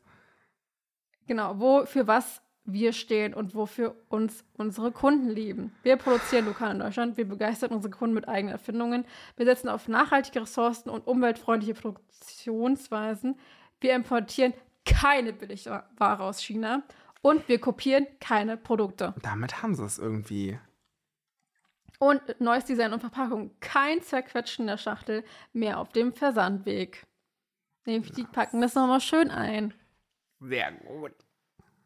S2: Genau, wo für was wir stehen und wofür uns unsere Kunden lieben. Wir produzieren lokal in Deutschland, wir begeistern unsere Kunden mit eigenen Erfindungen, wir setzen auf nachhaltige Ressourcen und umweltfreundliche Produktionsweisen, wir importieren keine Billigware aus China und wir kopieren keine Produkte.
S1: Damit haben sie es irgendwie.
S2: Und neues Design und Verpackung, kein Zerquetschen der Schachtel mehr auf dem Versandweg. Nämlich die packen das nochmal schön ein.
S1: Sehr gut.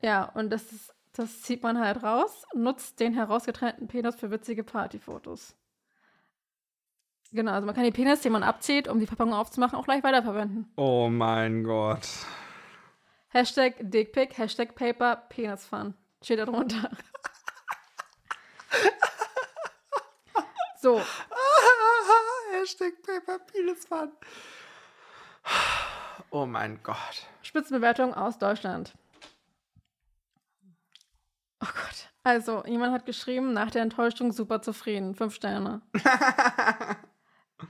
S2: Ja, und das, ist, das zieht man halt raus, nutzt den herausgetrennten Penis für witzige Partyfotos. Genau, also man kann den Penis, den man abzieht, um die Verpackung aufzumachen, auch gleich weiterverwenden.
S1: Oh mein Gott.
S2: Hashtag Dickpick, Hashtag Paper, Penisfun. Steht da drunter. so,
S1: Hashtag Paper Penis Fun. Oh mein Gott.
S2: Spitzenbewertung aus Deutschland. Oh Gott. Also, jemand hat geschrieben, nach der Enttäuschung super zufrieden. Fünf Sterne.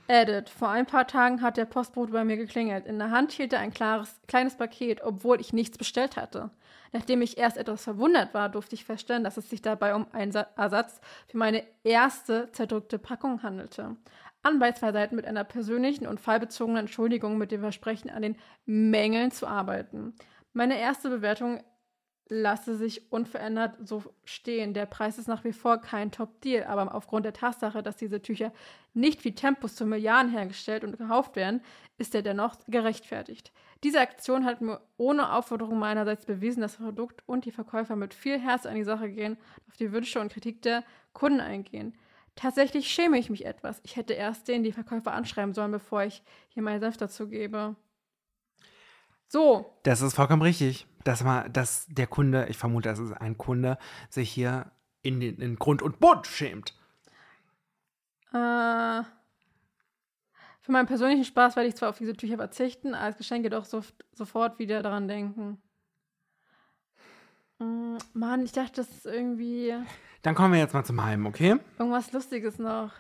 S2: Edit. Vor ein paar Tagen hat der Postbote bei mir geklingelt. In der Hand hielt er ein klares, kleines Paket, obwohl ich nichts bestellt hatte. Nachdem ich erst etwas verwundert war, durfte ich feststellen, dass es sich dabei um einen Sa- Ersatz für meine erste zerdrückte Packung handelte. An bei zwei Seiten mit einer persönlichen und fallbezogenen Entschuldigung mit dem Versprechen, an den Mängeln zu arbeiten. Meine erste Bewertung lasse sich unverändert so stehen. Der Preis ist nach wie vor kein Top-Deal, aber aufgrund der Tatsache, dass diese Tücher nicht wie Tempus zu Milliarden hergestellt und gekauft werden, ist er dennoch gerechtfertigt. Diese Aktion hat mir ohne Aufforderung meinerseits bewiesen, dass das Produkt und die Verkäufer mit viel Herz an die Sache gehen, auf die Wünsche und Kritik der Kunden eingehen. Tatsächlich schäme ich mich etwas. Ich hätte erst den die Verkäufer anschreiben sollen, bevor ich hier meinen Senf dazu gebe. So,
S1: Das ist vollkommen richtig, dass, man, dass der Kunde, ich vermute, das ist ein Kunde, sich hier in, den, in Grund und Boden schämt.
S2: Äh, für meinen persönlichen Spaß werde ich zwar auf diese Tücher verzichten, als Geschenk jedoch sof- sofort wieder daran denken. Mm, Mann, ich dachte, das ist irgendwie
S1: Dann kommen wir jetzt mal zum Heim, okay?
S2: irgendwas Lustiges noch.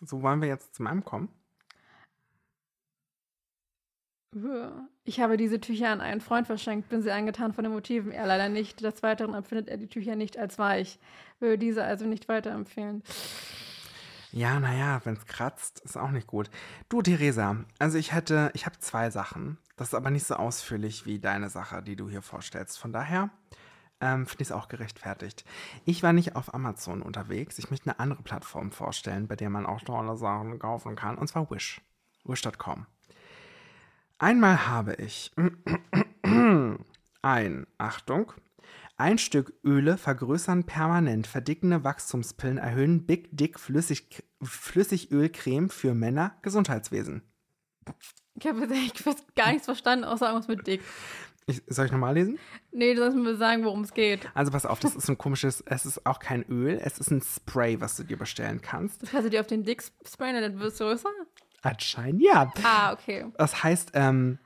S1: So wollen wir jetzt zum Heim kommen.
S2: Äh, Ich habe diese Tücher an einen Freund verschenkt, bin sehr angetan von den Motiven. Er leider nicht. Des Weiteren empfindet er die Tücher nicht als weich. Würde diese also nicht weiterempfehlen.
S1: Ja, naja, wenn es kratzt, ist auch nicht gut. Du, Theresa, also ich hätte, ich habe zwei Sachen. Das ist aber nicht so ausführlich wie deine Sache, die du hier vorstellst. Von daher ähm, finde ich es auch gerechtfertigt. Ich war nicht auf Amazon unterwegs. Ich möchte eine andere Plattform vorstellen, bei der man auch tolle Sachen kaufen kann, und zwar Wish. Wish.com. Einmal habe ich ein, Achtung, ein Stück Öle vergrößern permanent, verdickende Wachstumspillen erhöhen Big Dick Flüssig Flüssigölcreme für Männer Gesundheitswesen.
S2: Ich habe jetzt fast gar nichts verstanden, außer irgendwas mit Dick.
S1: Ich, soll ich nochmal lesen?
S2: Nee, du sollst mir sagen, worum es geht.
S1: Also pass auf, das ist ein komisches, es ist auch kein Öl, es ist ein Spray, was du dir bestellen kannst.
S2: Das kannst du dir auf den Dick sprayen und dann wirst du größer?
S1: Anscheinend ja.
S2: Ah, okay.
S1: Das heißt, ähm,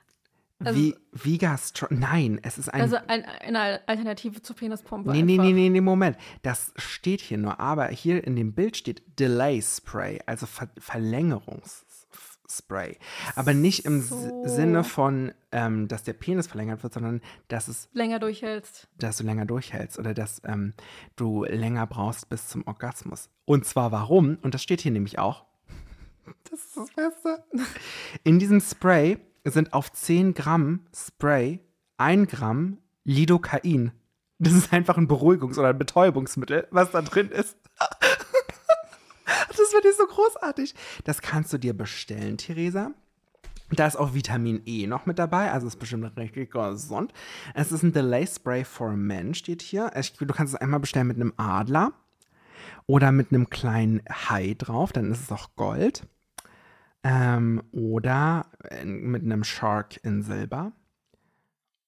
S2: Also-
S1: wie, Vega Strong, nein, es ist ein
S2: Also ein, eine Alternative zur Penispumpe.
S1: Nee, nee,
S2: einfach.
S1: nee, nee, nee, Moment. Das steht hier nur, aber hier in dem Bild steht Delay Spray, also Ver Verlängerungsspray. Aber nicht im Si-
S2: So.
S1: Sinne von, ähm, dass der Penis verlängert wird, sondern dass, es,
S2: Länger durchhältst.
S1: dass du länger durchhältst oder dass ähm, du länger brauchst bis zum Orgasmus. Und zwar warum? Und das steht hier nämlich auch. Das ist das Beste. In diesem Spray sind auf 10 Gramm Spray 1 Gramm Lidocain. Das ist einfach ein Beruhigungs- oder ein Betäubungsmittel, was da drin ist. Das finde ich so großartig. Das kannst du dir bestellen, Theresa. Da ist auch Vitamin E noch mit dabei, also ist bestimmt richtig gesund. Es ist ein Delay Spray for Men, steht hier. Ich, du kannst es einmal bestellen mit einem Adler oder mit einem kleinen Hai drauf, dann ist es auch Gold. Ähm, oder äh, mit einem Shark in Silber.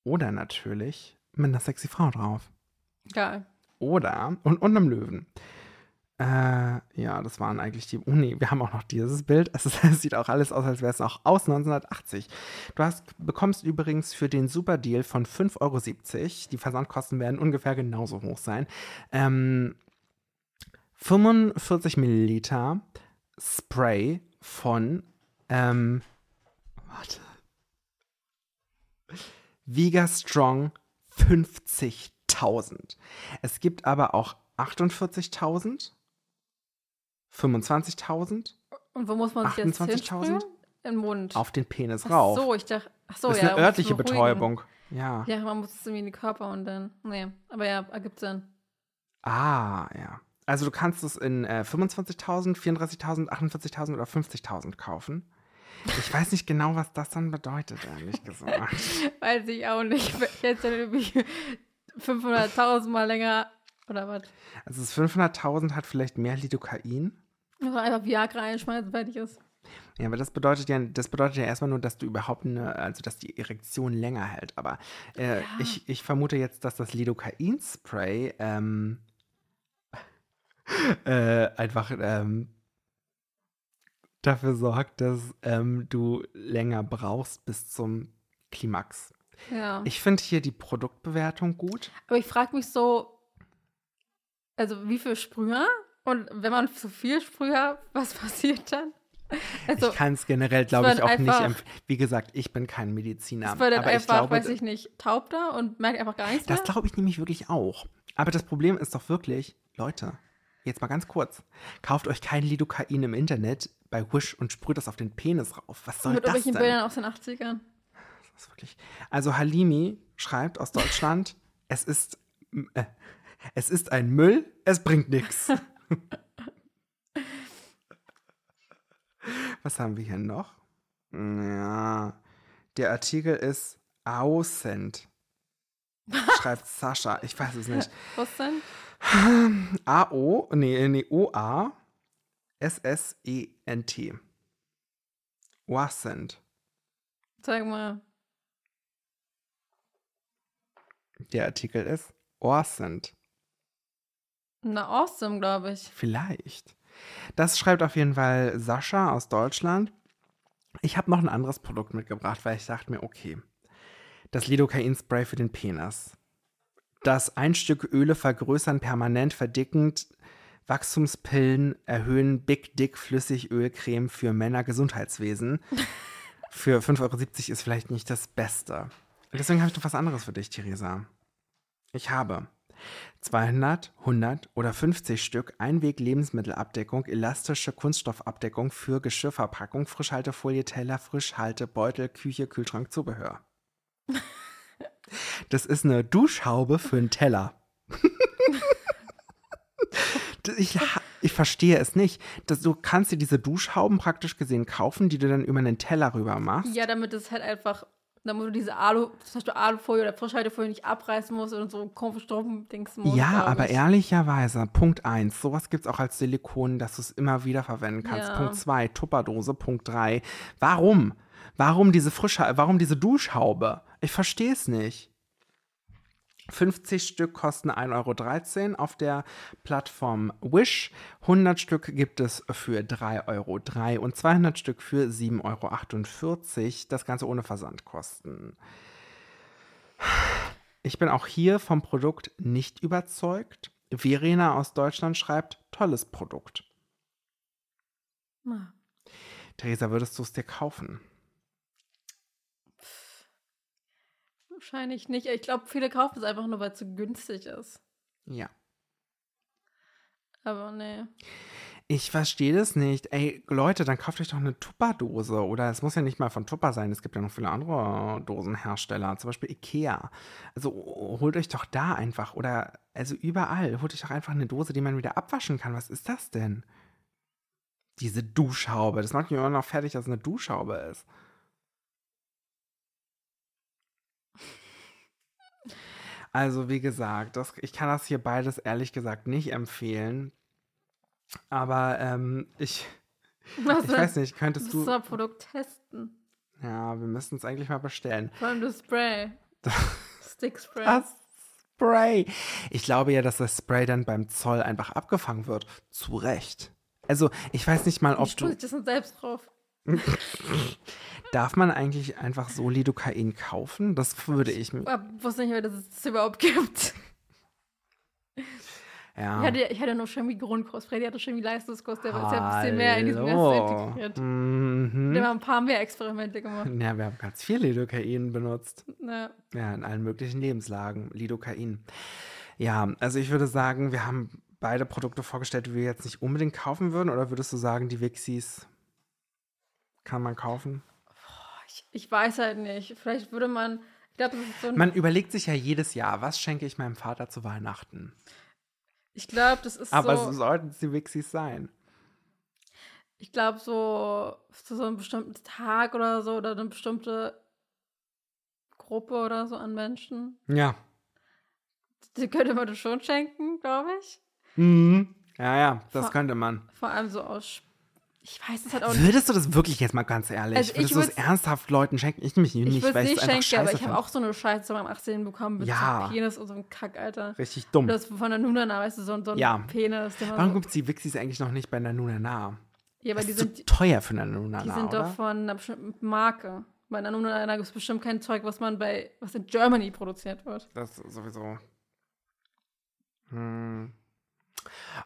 S1: Oder natürlich mit einer sexy Frau drauf.
S2: Geil.
S1: Oder und, und einem Löwen. Äh, ja, das waren eigentlich die. Oh nee, wir haben auch noch dieses Bild. Es, ist, es sieht auch alles aus, als wäre es auch aus 1980. Du hast, bekommst übrigens für den Super Deal von 5,70 Euro, die Versandkosten werden ungefähr genauso hoch sein, ähm, 45 Milliliter Spray von ähm, warte, Viga Strong 50.000. Es gibt aber auch 48.000, 25.000
S2: Und wo muss man sich jetzt
S1: 28.000?
S2: hinsprühen? Im Mund.
S1: auf den Penis
S2: ach
S1: rauf.
S2: so, ich dachte, ach so,
S1: das ist
S2: ja.
S1: eine
S2: um es zu
S1: örtliche
S2: beruhigen.
S1: Betäubung. Ja.
S2: Ja, man muss es irgendwie in den Körper und dann. Nee, aber ja, ergibt Sinn.
S1: Ah, ja. Also du kannst es in äh, 25.000, 34.000, 48.000 oder 50.000 kaufen. Ich weiß nicht genau, was das dann bedeutet, ehrlich gesagt.
S2: Weiß ich auch nicht. Ich hätte dann irgendwie 500.000 mal länger oder was.
S1: Also das 500.000 hat vielleicht mehr Lidocain.
S2: Oder einfach Viagra einschmeißen, fertig ist.
S1: Ja, aber das bedeutet ja, das bedeutet ja erstmal nur, dass du überhaupt eine, also dass die Erektion länger hält. Aber äh,
S2: Ja.
S1: ich, ich vermute jetzt, dass das Lidocain-Spray ähm, äh, einfach ähm, dafür sorgt, dass ähm, du länger brauchst bis zum Klimax.
S2: Ja.
S1: Ich finde hier die Produktbewertung gut.
S2: aber ich frage mich so, also wie viel Sprüher? Und wenn man zu viel Sprüher, was passiert dann? Also,
S1: ich kann es generell, glaube
S2: wird
S1: ich, auch nicht
S2: einfach-
S1: empfehlen. Wie gesagt, ich bin kein Mediziner.
S2: es wird dann
S1: aber ich
S2: einfach,
S1: glaube,
S2: weiß ich nicht, taub da und merkt einfach gar nichts
S1: das
S2: mehr.
S1: glaube ich nämlich wirklich auch. Aber das Problem ist doch wirklich, Leute, jetzt mal ganz kurz, kauft euch kein Lidocain im Internet bei Wish und sprüht das auf den Penis rauf. Was soll
S2: Mit
S1: das denn?
S2: irgendwelchen Bildern aus den 80ern.
S1: Das ist wirklich. Also Halimi schreibt aus Deutschland, es ist äh, es ist ein Müll, es bringt nichts. Was haben wir hier noch? Ja, der Artikel ist Aussend. Schreibt Sascha, ich weiß es nicht.
S2: Was denn?
S1: AO, nee, nee, OA E SSENT. Wasend.
S2: Zeig mal.
S1: Der Artikel ist Orsend.
S2: Na, awesome, glaube ich.
S1: Vielleicht. Das schreibt auf jeden Fall Sascha aus Deutschland. Ich habe noch ein anderes Produkt mitgebracht, weil ich dachte mir, okay, das Lidocain-Spray für den Penis. Das ein Stück Öle vergrößern, permanent verdickend, Wachstumspillen erhöhen, Big Dick Flüssigölcreme für Männer Gesundheitswesen. Für 5,70 Euro ist vielleicht nicht das Beste. Deswegen habe ich noch was anderes für dich, Theresa. Ich habe 200, 100 oder 50 Stück Einweg-Lebensmittelabdeckung, elastische Kunststoffabdeckung für Geschirrverpackung, Frischhaltefolie, Teller, Frischhaltebeutel, Küche, Kühlschrank, Zubehör. Das ist eine Duschhaube für einen Teller. Das- ich, ha- ich verstehe es nicht. Das, du kannst dir diese Duschhauben praktisch gesehen kaufen, die du dann über einen Teller rüber machst.
S2: Ja, damit es halt einfach, damit du diese Alu, zum Beispiel Alufolie oder Frischhaltefolie nicht abreißen musst und so komisch drum denkst musst.
S1: Ja,
S2: glaub
S1: aber
S2: ich.
S1: ehrlicherweise, Punkt 1, sowas gibt es auch als Silikon, dass du es immer wieder verwenden kannst.
S2: Ja.
S1: Punkt 2, Tupperdose. Punkt 3, warum? Warum diese frische, warum diese Duschhaube? Ich verstehe es nicht. 50 Stück kosten 1,13 Euro auf der Plattform Wish. 100 Stück gibt es für 3,03 Euro und 200 Stück für 7,48 Euro. Das Ganze ohne Versandkosten. Ich bin auch hier vom Produkt nicht überzeugt. Verena aus Deutschland schreibt, tolles Produkt.
S2: Na,
S1: Theresa, würdest du es dir kaufen?
S2: Wahrscheinlich nicht. Ich glaube, viele kaufen es einfach nur, weil es so günstig ist.
S1: Ja.
S2: Aber nee.
S1: Ich verstehe das nicht. Ey, Leute, dann kauft euch doch eine Tupperdose. Oder es muss ja nicht mal von Tupper sein. Es gibt ja noch viele andere Dosenhersteller, zum Beispiel Ikea. Also o- holt euch doch da einfach. Oder also überall. Holt euch doch einfach eine Dose, die man wieder abwaschen kann. Was ist das denn? Diese Duschhaube. Das macht mich immer noch fertig, dass es eine Duschhaube ist. Also, wie gesagt, das, ich kann das hier beides ehrlich gesagt nicht empfehlen. Aber ähm, ich,
S2: Was
S1: ich weiß nicht, könntest
S2: Du musst
S1: du.
S2: das Produkt testen.
S1: Ja, wir müssen es eigentlich mal bestellen.
S2: Vor allem das Spray. Stick Spray.
S1: Das Spray. Ich glaube ja, dass das Spray dann beim Zoll einfach abgefangen wird. Zu Recht. Also, ich weiß nicht mal, ob
S2: Ich tue
S1: du.
S2: ich das denn selbst drauf.
S1: Darf man eigentlich einfach so Lidocain kaufen? Das würde ich. mir-
S2: Aber Ich wusste nicht mehr, dass es das überhaupt gibt. Ich,
S1: Ja.
S2: hatte, ich hatte nur Chemie-Grundkurs. Freddy hatte Chemie-Leistungskurs. Der war ist ja ein bisschen mehr in diesem Ganzen
S1: Hallo.
S2: integriert.
S1: Mhm.
S2: Der hat ein paar mehr Experimente gemacht.
S1: Ja, wir haben ganz viel Lidocain benutzt.
S2: Ne.
S1: Ja, in allen möglichen Lebenslagen. Lidocain. Ja, also ich würde sagen, wir haben beide Produkte vorgestellt, die wir jetzt nicht unbedingt kaufen würden. Oder würdest du sagen, die Wixies kann man kaufen?
S2: Ich, ich weiß halt nicht. Vielleicht würde man. Ich glaube, das ist so ein.
S1: Man überlegt sich ja jedes Jahr, was schenke ich meinem Vater zu Weihnachten?
S2: ich glaube, das ist
S1: Aber
S2: so.
S1: so sollten es die Wixies sein.
S2: Ich glaube, so zu so einem bestimmten Tag oder so oder eine bestimmte Gruppe oder so an Menschen.
S1: Ja.
S2: Die könnte man das schon schenken, glaube ich.
S1: Mhm. Ja, ja, das
S2: Vor-
S1: könnte man.
S2: Vor allem so aus. Sp- Ich weiß es halt auch nicht.
S1: Würdest du das wirklich jetzt mal ganz ehrlich?
S2: Also ich
S1: würdest du es
S2: würd's-
S1: ernsthaft Leuten schenken? Ich nämlich
S2: Ich
S1: nicht,
S2: würde
S1: weil
S2: es
S1: ich es
S2: nicht
S1: einfach
S2: schenken, aber
S1: scheiße
S2: ich habe
S1: finde.
S2: auch so eine Scheiße zu meinem 18. bekommen mit so
S1: Ja.
S2: einem Penis und so einem Kack, Alter.
S1: Richtig dumm.
S2: Oder das von der Nunana, weißt du, so, ein- so ein
S1: Ja.
S2: Penis. Den man
S1: Warum
S2: so,
S1: gibt es die Wixies eigentlich noch nicht bei Nanuna nah?
S2: ja, aber
S1: Das
S2: die
S1: ist
S2: sind,
S1: zu teuer für Nanuna
S2: die
S1: nah,
S2: sind
S1: oder?
S2: doch von einer bestimmten Marke. Bei einer Nunana gibt es bestimmt kein Zeug, was man bei, was in Germany produziert wird.
S1: Das sowieso. Hm.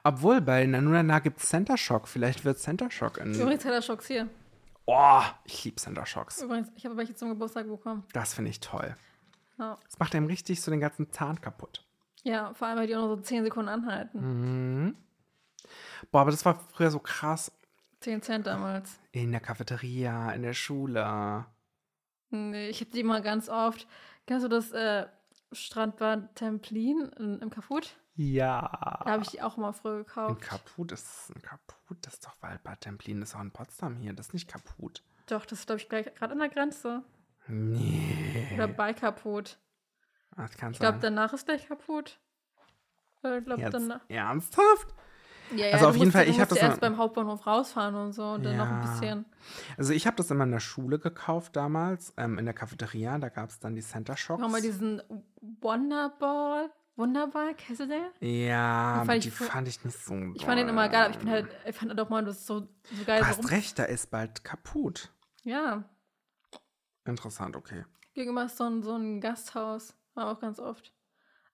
S1: Obwohl, bei Nanunana gibt es Center Shock. Vielleicht wird Center Shock in.
S2: Übrigens hat er Schocks hier.
S1: Oh, ich liebe Center Shocks.
S2: Übrigens, ich habe welche zum Geburtstag bekommen.
S1: Das finde ich toll.
S2: Ja.
S1: Das macht einem richtig so den ganzen Zahn kaputt.
S2: ja, vor allem, weil die auch noch so 10 Sekunden
S1: Hm.
S2: anhalten.
S1: Mhm. Boah, aber das war früher so krass.
S2: 10 Cent damals.
S1: In der Cafeteria, in der Schule.
S2: Nee, ich habe die immer ganz oft. Kennst du das äh, Strandbad Templin in, im Kaput?
S1: Ja.
S2: Da habe ich die auch mal
S1: Ein
S2: früher gekauft.
S1: Kaput ist es ein Kaput. Das ist doch Waldbad Templin. Das ist auch in Potsdam hier. Das ist nicht Kaput.
S2: Doch, das ist, glaube ich, gleich gerade an der Grenze.
S1: Nee.
S2: Oder bei Kaput.
S1: Das kann
S2: Ich glaube,
S1: sein.
S2: danach ist gleich Kaput. Äh, Ich glaube,
S1: Jetzt,
S2: danach.
S1: ernsthaft?
S2: Ja, ja,
S1: Also
S2: du
S1: auf jeden
S2: musst-
S1: Fall,
S2: du
S1: ich hab
S2: musst
S1: das
S2: ja erst
S1: dann-
S2: beim Hauptbahnhof rausfahren und so und dann noch ein
S1: Ja.
S2: bisschen.
S1: Also ich habe das immer in der Schule gekauft damals, ähm, in der Cafeteria. Da gab es dann die Center Shocks.
S2: Noch mal diesen Wonderball. Wonderball, kennst du den?
S1: ja,
S2: Den fand ich
S1: die
S2: frü-
S1: fand ich nicht so
S2: Ich fand den immer
S1: doll.
S2: geil, aber ich bin halt, ich fand doch mal, das ist so, so geil.
S1: Du
S2: so
S1: hast
S2: rum-
S1: recht, da ist bald Kaput.
S2: Ja,
S1: Interessant, okay.
S2: gegenüber ist so ein, so ein Gasthaus. War auch ganz oft.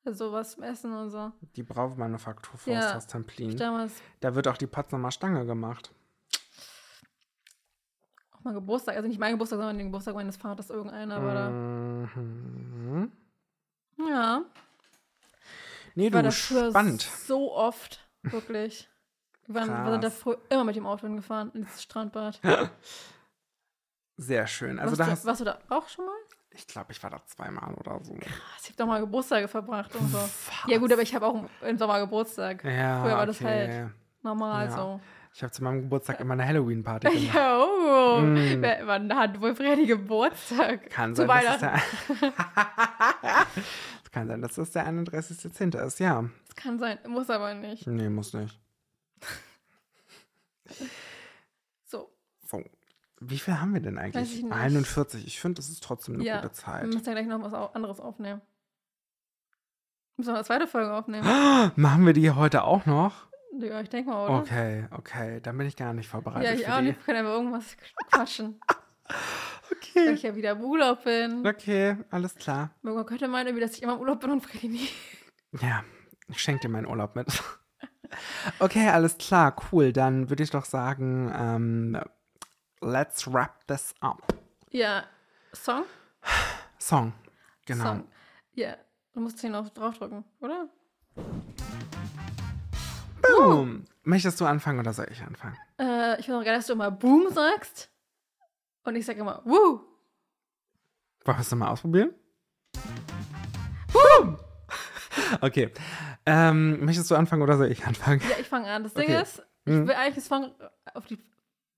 S2: Also was zum Essen und so.
S1: Die Braumanufaktur
S2: Ja.
S1: Forsthaus
S2: Ich
S1: Templin.
S2: damals
S1: Da wird auch die Potsdamer Stange gemacht.
S2: auch mal Geburtstag, also nicht mein Geburtstag, sondern den Geburtstag meines Vaters irgendeiner, aber
S1: Mhm.
S2: da. Ja.
S1: Nee,
S2: war
S1: du,
S2: das früher
S1: spannend.
S2: so oft, wirklich. Wir waren, wir sind da
S1: Krass.
S2: früher immer mit dem Auto hingefahren, ins Strandbad.
S1: Sehr schön. Also
S2: warst,
S1: da
S2: du,
S1: hast
S2: warst du da auch schon mal? Ah,
S1: Ich glaube, ich war da zweimal oder so.
S2: Ich habe doch mal Geburtstage verbracht und so. Ja gut, aber ich habe auch im Sommer Geburtstag.
S1: Ja,
S2: Früher war das halt-
S1: okay.
S2: Normal
S1: Ja. Genau.
S2: so.
S1: Ich habe zu meinem Geburtstag immer eine Halloween-Party gemacht.
S2: Ja, oh.
S1: Mm.
S2: Wer, wann hat wohl Freddy Geburtstag?
S1: Kann
S2: Zu
S1: sein, dass es
S2: Weihnachten.
S1: der Es kann sein, dass das der 31.10. ist, ja.
S2: Das kann sein, muss aber nicht.
S1: Nee, muss nicht.
S2: So,
S1: So. Wie viel haben wir denn eigentlich?
S2: Weiß ich nicht.
S1: 41. Ich finde, das ist trotzdem eine
S2: Ja. Mm.
S1: gute
S2: wir
S1: Zeit.
S2: müssen ja gleich noch was au- anderes aufnehmen. Müssen wir eine zweite Folge aufnehmen?
S1: Ah, Machen wir die heute auch noch?
S2: Ja, ich denke mal, oder?
S1: Okay, okay. Dann bin ich gar nicht vorbereitet
S2: ja, ich
S1: für
S2: auch
S1: die.
S2: nicht. Wir können aber irgendwas quatschen. Weil
S1: Okay.
S2: ich ja wieder im Urlaub bin.
S1: Okay, alles klar.
S2: Man könnte meinen, irgendwie, dass ich immer im Urlaub bin und Freddy nie.
S1: Ja, ich schenke dir meinen Urlaub mit. Okay, alles klar, cool. Dann würde ich doch sagen, ähm, let's wrap this up.
S2: Ja, Song?
S1: Song. Genau.
S2: Song. Ja, du musst hier noch draufdrücken, oder? Oh.
S1: Boom. Hm. Möchtest du anfangen oder soll ich anfangen?
S2: Äh, ich finde auch geil, dass du immer Boom sagst. Und ich sage immer Woo.
S1: Wollen wir es nochmal ausprobieren? Boom! Okay. Ähm, möchtest du anfangen oder soll ich anfangen?
S2: Ja, ich fange an. Das Ding
S1: Okay.
S2: ist,
S1: Mhm.
S2: ich will eigentlich einen Song auf die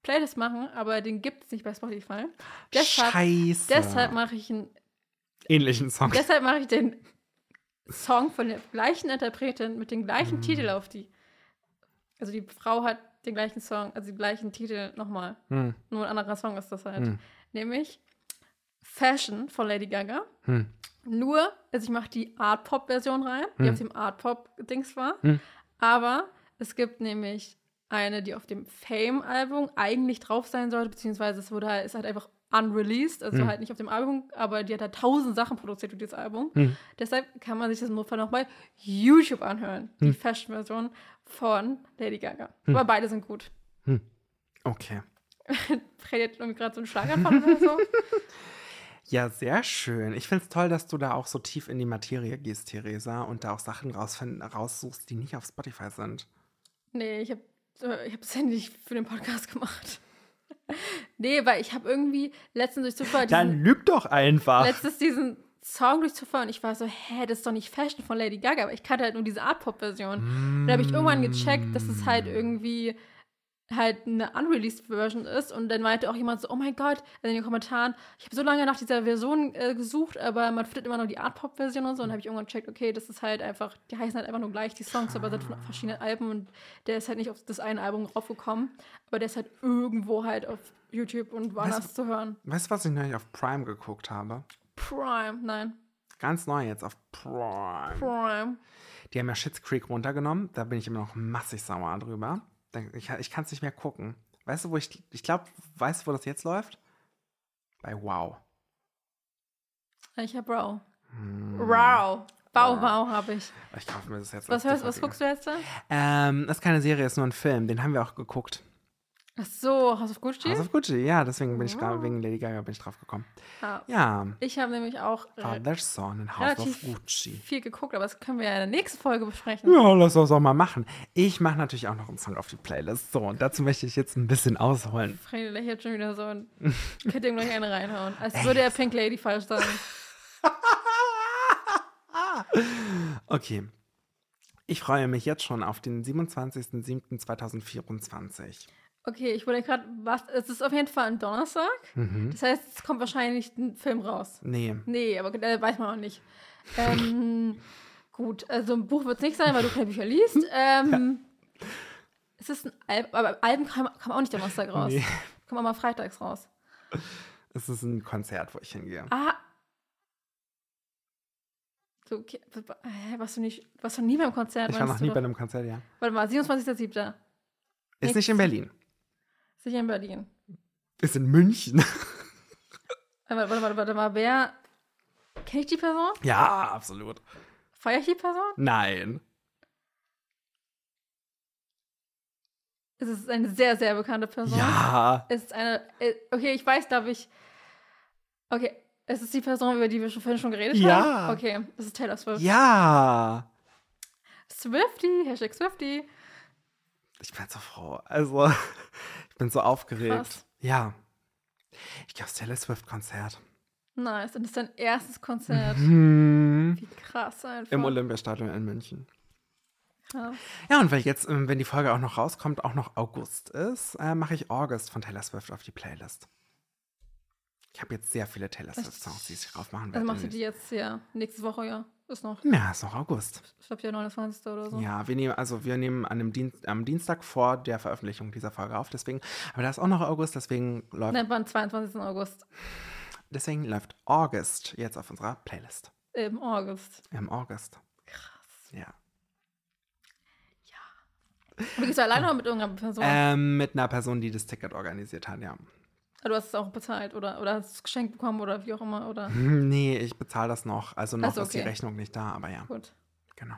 S2: Playlist machen, aber den gibt es nicht bei Spotify. Deshalb,
S1: Scheiße.
S2: deshalb mache ich, einen-
S1: Ähnlichen Song.
S2: deshalb mache ich den Song von der gleichen Interpretin mit dem gleichen Titel auf die. Also die Frau hat den gleichen Song, also den gleichen Titel nochmal.
S1: Hm,
S2: Nur ein anderer Song ist das halt.
S1: Mhm.
S2: Nämlich Fashion von Lady Gaga.
S1: hm.
S2: Nur, also ich mache die Art-Pop-Version rein, die auf dem Art-Pop-Dings war.
S1: Hm.
S2: Aber es gibt nämlich eine, die auf dem Fame-Album eigentlich drauf sein sollte, beziehungsweise es wurde halt, ist halt einfach unreleased, also
S1: Hm.
S2: halt nicht auf dem Album, aber die hat halt tausend Sachen produziert für dieses Album.
S1: Hm.
S2: Deshalb kann man sich das im Notfall noch bei YouTube anhören, die Fashion-Version von Lady Gaga. Aber beide sind gut.
S1: Okay.
S2: Freddy hat irgendwie gerade so einen Schlaganfall oder so.
S1: Ja, sehr schön. Ich finde es toll, dass du da auch so tief in die Materie gehst, Theresa, und da auch Sachen rausfinden, raussuchst, die nicht auf Spotify sind.
S2: Nee, ich habe äh, ich hab das Handy nicht für den Podcast gemacht. nee, weil ich habe irgendwie letztens durch Zufall
S1: Dann
S2: diesen,
S1: lüg doch einfach.
S2: letztens diesen Song durch Zufall und ich war so, hä, das ist doch nicht Fashion von Lady Gaga, aber ich kannte halt nur diese Art-Pop-Version. Und Da habe ich irgendwann gecheckt, dass
S1: Hm.
S2: es halt irgendwie halt eine unreleased Version ist und dann meinte auch jemand so, oh mein Gott, also in den Kommentaren, ich habe so lange nach dieser Version äh, gesucht, aber man findet immer nur die Art-Pop-Version und so und habe ich irgendwann gecheckt, okay, das ist halt einfach, die heißen halt einfach nur gleich die Songs, aber sind von verschiedenen Alben und der ist halt nicht auf das eine Album raufgekommen, aber der ist halt irgendwo halt auf YouTube und woanders zu hören.
S1: Weißt du, was ich neulich auf Prime geguckt habe?
S2: Prime, nein,
S1: Ganz neu jetzt auf Prime.
S2: Prime.
S1: Die haben ja Shits Creek runtergenommen. Da bin ich immer noch massig sauer drüber. Denk- Ich, ich kann es nicht mehr gucken. Weißt du, wo ich. Ich glaube, weißt du, wo das jetzt läuft? Bei Wow.
S2: Ich habe Raw.
S1: Hm.
S2: Raw. Bau, wow, habe ich.
S1: Ich kaufe mir das jetzt.
S2: Was
S1: als
S2: hörst, was
S1: DVD.
S2: guckst du jetzt da?
S1: Ähm, das ist keine Serie, ist nur ein Film. Den haben wir auch geguckt.
S2: Ach so, House of Gucci? Ah.
S1: House of Gucci, ja, deswegen bin ich
S2: Ja.
S1: gra- wegen Lady Gaga bin ich drauf gekommen.
S2: Ah,
S1: Ja,
S2: ich habe nämlich auch äh,
S1: Father's Son in House of
S2: relativ-
S1: Gucci.
S2: viel geguckt, aber das können wir ja in der nächsten Folge besprechen.
S1: Ja, lass das auch mal machen. Ich mache natürlich auch noch einen Song auf die Playlist. So, und dazu möchte ich jetzt ein bisschen ausholen.
S2: Freddy lächelt schon wieder so und könnte ihm gleich eine reinhauen. Als würde er Pink Lady falsch sagen.
S1: Okay. Ich freue mich jetzt schon auf den 27.07.2024.
S2: Okay, ich wurde gerade, was, es ist auf jeden Fall ein Donnerstag.
S1: Mhm.
S2: Das heißt, es kommt wahrscheinlich ein Film raus.
S1: Nee,
S2: Nee, aber äh, weiß man auch nicht. Ähm, gut, also ein Buch wird es nicht sein, weil du keine Bücher liest. Ähm, Es ist ein Album, aber Alben kam, kam auch nicht Donnerstag raus.
S1: Nee.
S2: Kommt auch mal freitags raus.
S1: es ist ein Konzert, wo ich hingehe.
S2: Ah. So, okay. Hä, warst du nicht, warst du nie beim Konzert?
S1: ich war noch
S2: meinst
S1: nie
S2: du
S1: bei
S2: doch?
S1: einem Konzert, ja.
S2: Warte mal, 27.07.
S1: Ist nicht in Berlin.
S2: Sicher in Berlin.
S1: Ist in München.
S2: Äh, Warte, warte, warte, warte mal, wer. Kenne ich die Person?
S1: ja, absolut.
S2: Feiere ich die Person?
S1: Nein.
S2: Es ist eine sehr, sehr bekannte Person.
S1: Ja.
S2: Es ist eine. äh, Okay, ich weiß, glaube ich. Okay, es ist die Person, über die wir schon vorhin schon geredet
S1: Ja.
S2: haben. Okay, es ist Taylor Swift.
S1: Ja.
S2: Swifty, Hashtag Swifty.
S1: Ich bin so froh. Also, ich bin so aufgeregt.
S2: Krass.
S1: Ja. Ich gehe aufs Taylor Swift-Konzert.
S2: Nice. Und das ist dein erstes Konzert.
S1: Hm.
S2: Wie krass einfach.
S1: Im Olympiastadion in München.
S2: Krass.
S1: Ja, und weil jetzt, ähm, wenn die Folge auch noch rauskommt, auch noch August ist, äh, mache ich August von Taylor Swift auf die Playlist. Ich habe jetzt sehr viele Taylor Swift-Songs, die ich drauf machen
S2: Also
S1: werde.
S2: machst du die jetzt ja nächste Woche, ja. Ist noch,
S1: ja, ist noch August.
S2: ich glaube, der 29. oder so.
S1: Ja, wir nehmen, also wir nehmen an dem Dienst, am Dienstag vor der Veröffentlichung dieser Folge auf, deswegen, aber da ist auch noch August, deswegen läuft,
S2: Nennt man 22. August.
S1: deswegen läuft August jetzt auf unserer Playlist.
S2: Im August.
S1: Im August.
S2: Krass.
S1: Ja.
S2: Und gehst du alleine oder mit irgendeiner Person?
S1: Ähm, mit einer Person, die das Ticket organisiert hat, ja.
S2: Ah, du hast es auch bezahlt oder, oder hast es geschenkt bekommen oder wie auch immer. Oder
S1: Hm, Nee, ich bezahle das noch. Also noch
S2: Also
S1: ist die
S2: okay.
S1: Rechnung nicht da, aber ja,
S2: gut.
S1: genau.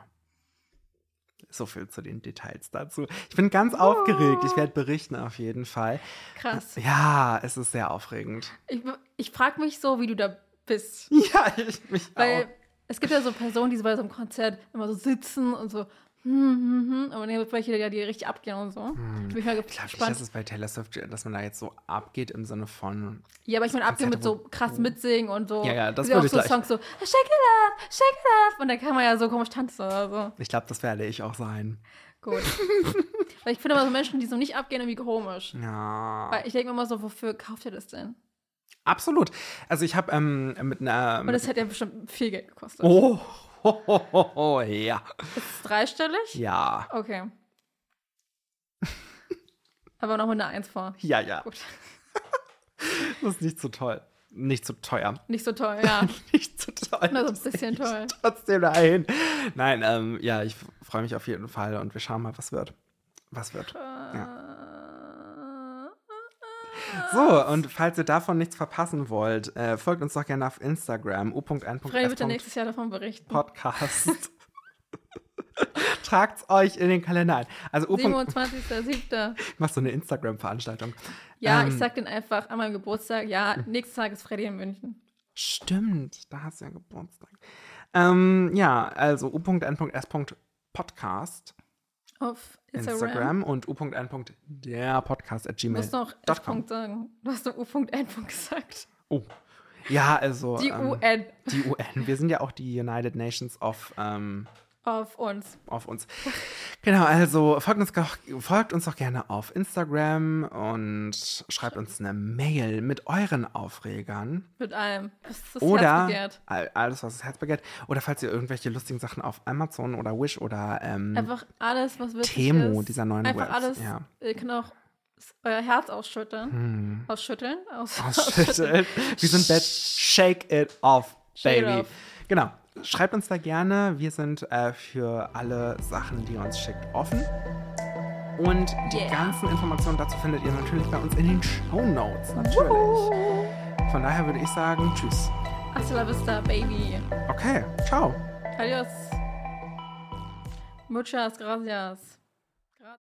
S1: So viel zu den Details dazu. Ich bin ganz aufgeregt. Ich werde berichten auf jeden Fall.
S2: Krass.
S1: Ja, es ist sehr aufregend.
S2: Ich, ich frage mich so, wie du da bist.
S1: Ja, ich mich
S2: Weil
S1: auch.
S2: es gibt ja so Personen, die so bei so einem Konzert immer so sitzen und so. Hm, hm, hm. Und dann gibt es welche, die, die richtig abgehen und so. Ich bin mal
S1: Hm. Glaub ich, dass
S2: gespannt.
S1: es bei Taylor Swift, dass man da jetzt so abgeht im Sinne von.
S2: Ja, aber ich meine, abgehen mit so
S1: Konzerte,
S2: krass mitsingen und so.
S1: Ja, ja, das
S2: Ist auch
S1: würde ich
S2: so
S1: gleich-
S2: Songs so, shake it up, shake it up. Und dann kann man ja so komisch tanzen oder so.
S1: Ich glaube, das werde ich auch sein.
S2: Gut. Weil ich finde immer so Menschen, die so nicht abgehen, irgendwie komisch.
S1: Ja.
S2: Weil ich denke mir immer so, wofür kauft ihr das denn?
S1: Absolut. Also ich habe ähm, mit einer.
S2: Und das hätte ja bestimmt viel Geld gekostet.
S1: oh, ho, ho, ho, ho, ja.
S2: Ist es dreistellig?
S1: Ja.
S2: Okay. Aber noch mit einer Eins vor.
S1: Ja, ja.
S2: Gut.
S1: Das ist nicht so toll. Nicht so teuer.
S2: Nicht so toll, ja.
S1: Nicht so teuer.
S2: Nur so ein bisschen toll.
S1: Trotzdem dahin. Nein, ähm, ja, ich freue mich auf jeden Fall und wir schauen mal, was wird. Was wird.
S2: Äh,
S1: So, und falls ihr davon nichts verpassen wollt, äh, folgt uns doch gerne auf Instagram,
S2: Freddy wird dann
S1: u.1.s.
S2: nächstes Jahr davon berichten.
S1: Podcast. Tragt's euch in den Kalender ein. Also u.
S2: 27.07.
S1: machst so eine Instagram-Veranstaltung.
S2: Ja,
S1: Ähm,
S2: ich sag den einfach an meinem Geburtstag, ja, nächsten Tag ist Freddy in München.
S1: Stimmt, da hast du ja Geburtstag. Ähm, ja, also u.n.s.podcast
S2: Auf Instagram.
S1: Instagram und u.n.derpodcast at
S2: Du musst
S1: gmail.
S2: noch S-Punkt sagen. Du hast nur U.N-Punkt gesagt.
S1: Oh. Ja, also
S2: Die
S1: ähm,
S2: UN
S1: die UN. Wir sind ja auch die United Nations of, ähm,
S2: auf uns.
S1: auf uns. Genau, also folgt uns, doch, folgt uns doch gerne auf Instagram und schreibt uns eine Mail mit euren Aufregern.
S2: Mit allem. Das ist das Herz
S1: Oder
S2: begehrt.
S1: all- alles, was das Herz begehrt. Oder falls ihr irgendwelche lustigen Sachen auf Amazon oder Wish oder ähm,
S2: Einfach alles, was witzig
S1: Temo,
S2: ist.
S1: dieser neuen
S2: Einfach
S1: Webs,
S2: alles.
S1: ja.
S2: Ihr könnt auch s- euer Herz ausschütteln.
S1: hm,
S2: Ausschütteln? Aus
S1: ausschüttelt. Wir sind Bett. Shake it off,
S2: Shake it
S1: baby.
S2: off.
S1: Genau. Schreibt uns da gerne. Wir sind äh, für alle Sachen, die ihr uns schickt, offen. Und die
S2: Yeah.
S1: ganzen Informationen dazu findet ihr natürlich bei uns in den Show Notes. Natürlich.
S2: Wuhu.
S1: Von daher würde ich sagen, tschüss.
S2: Hasta la vista, baby.
S1: Okay, ciao.
S2: Adios. Muchas gracias.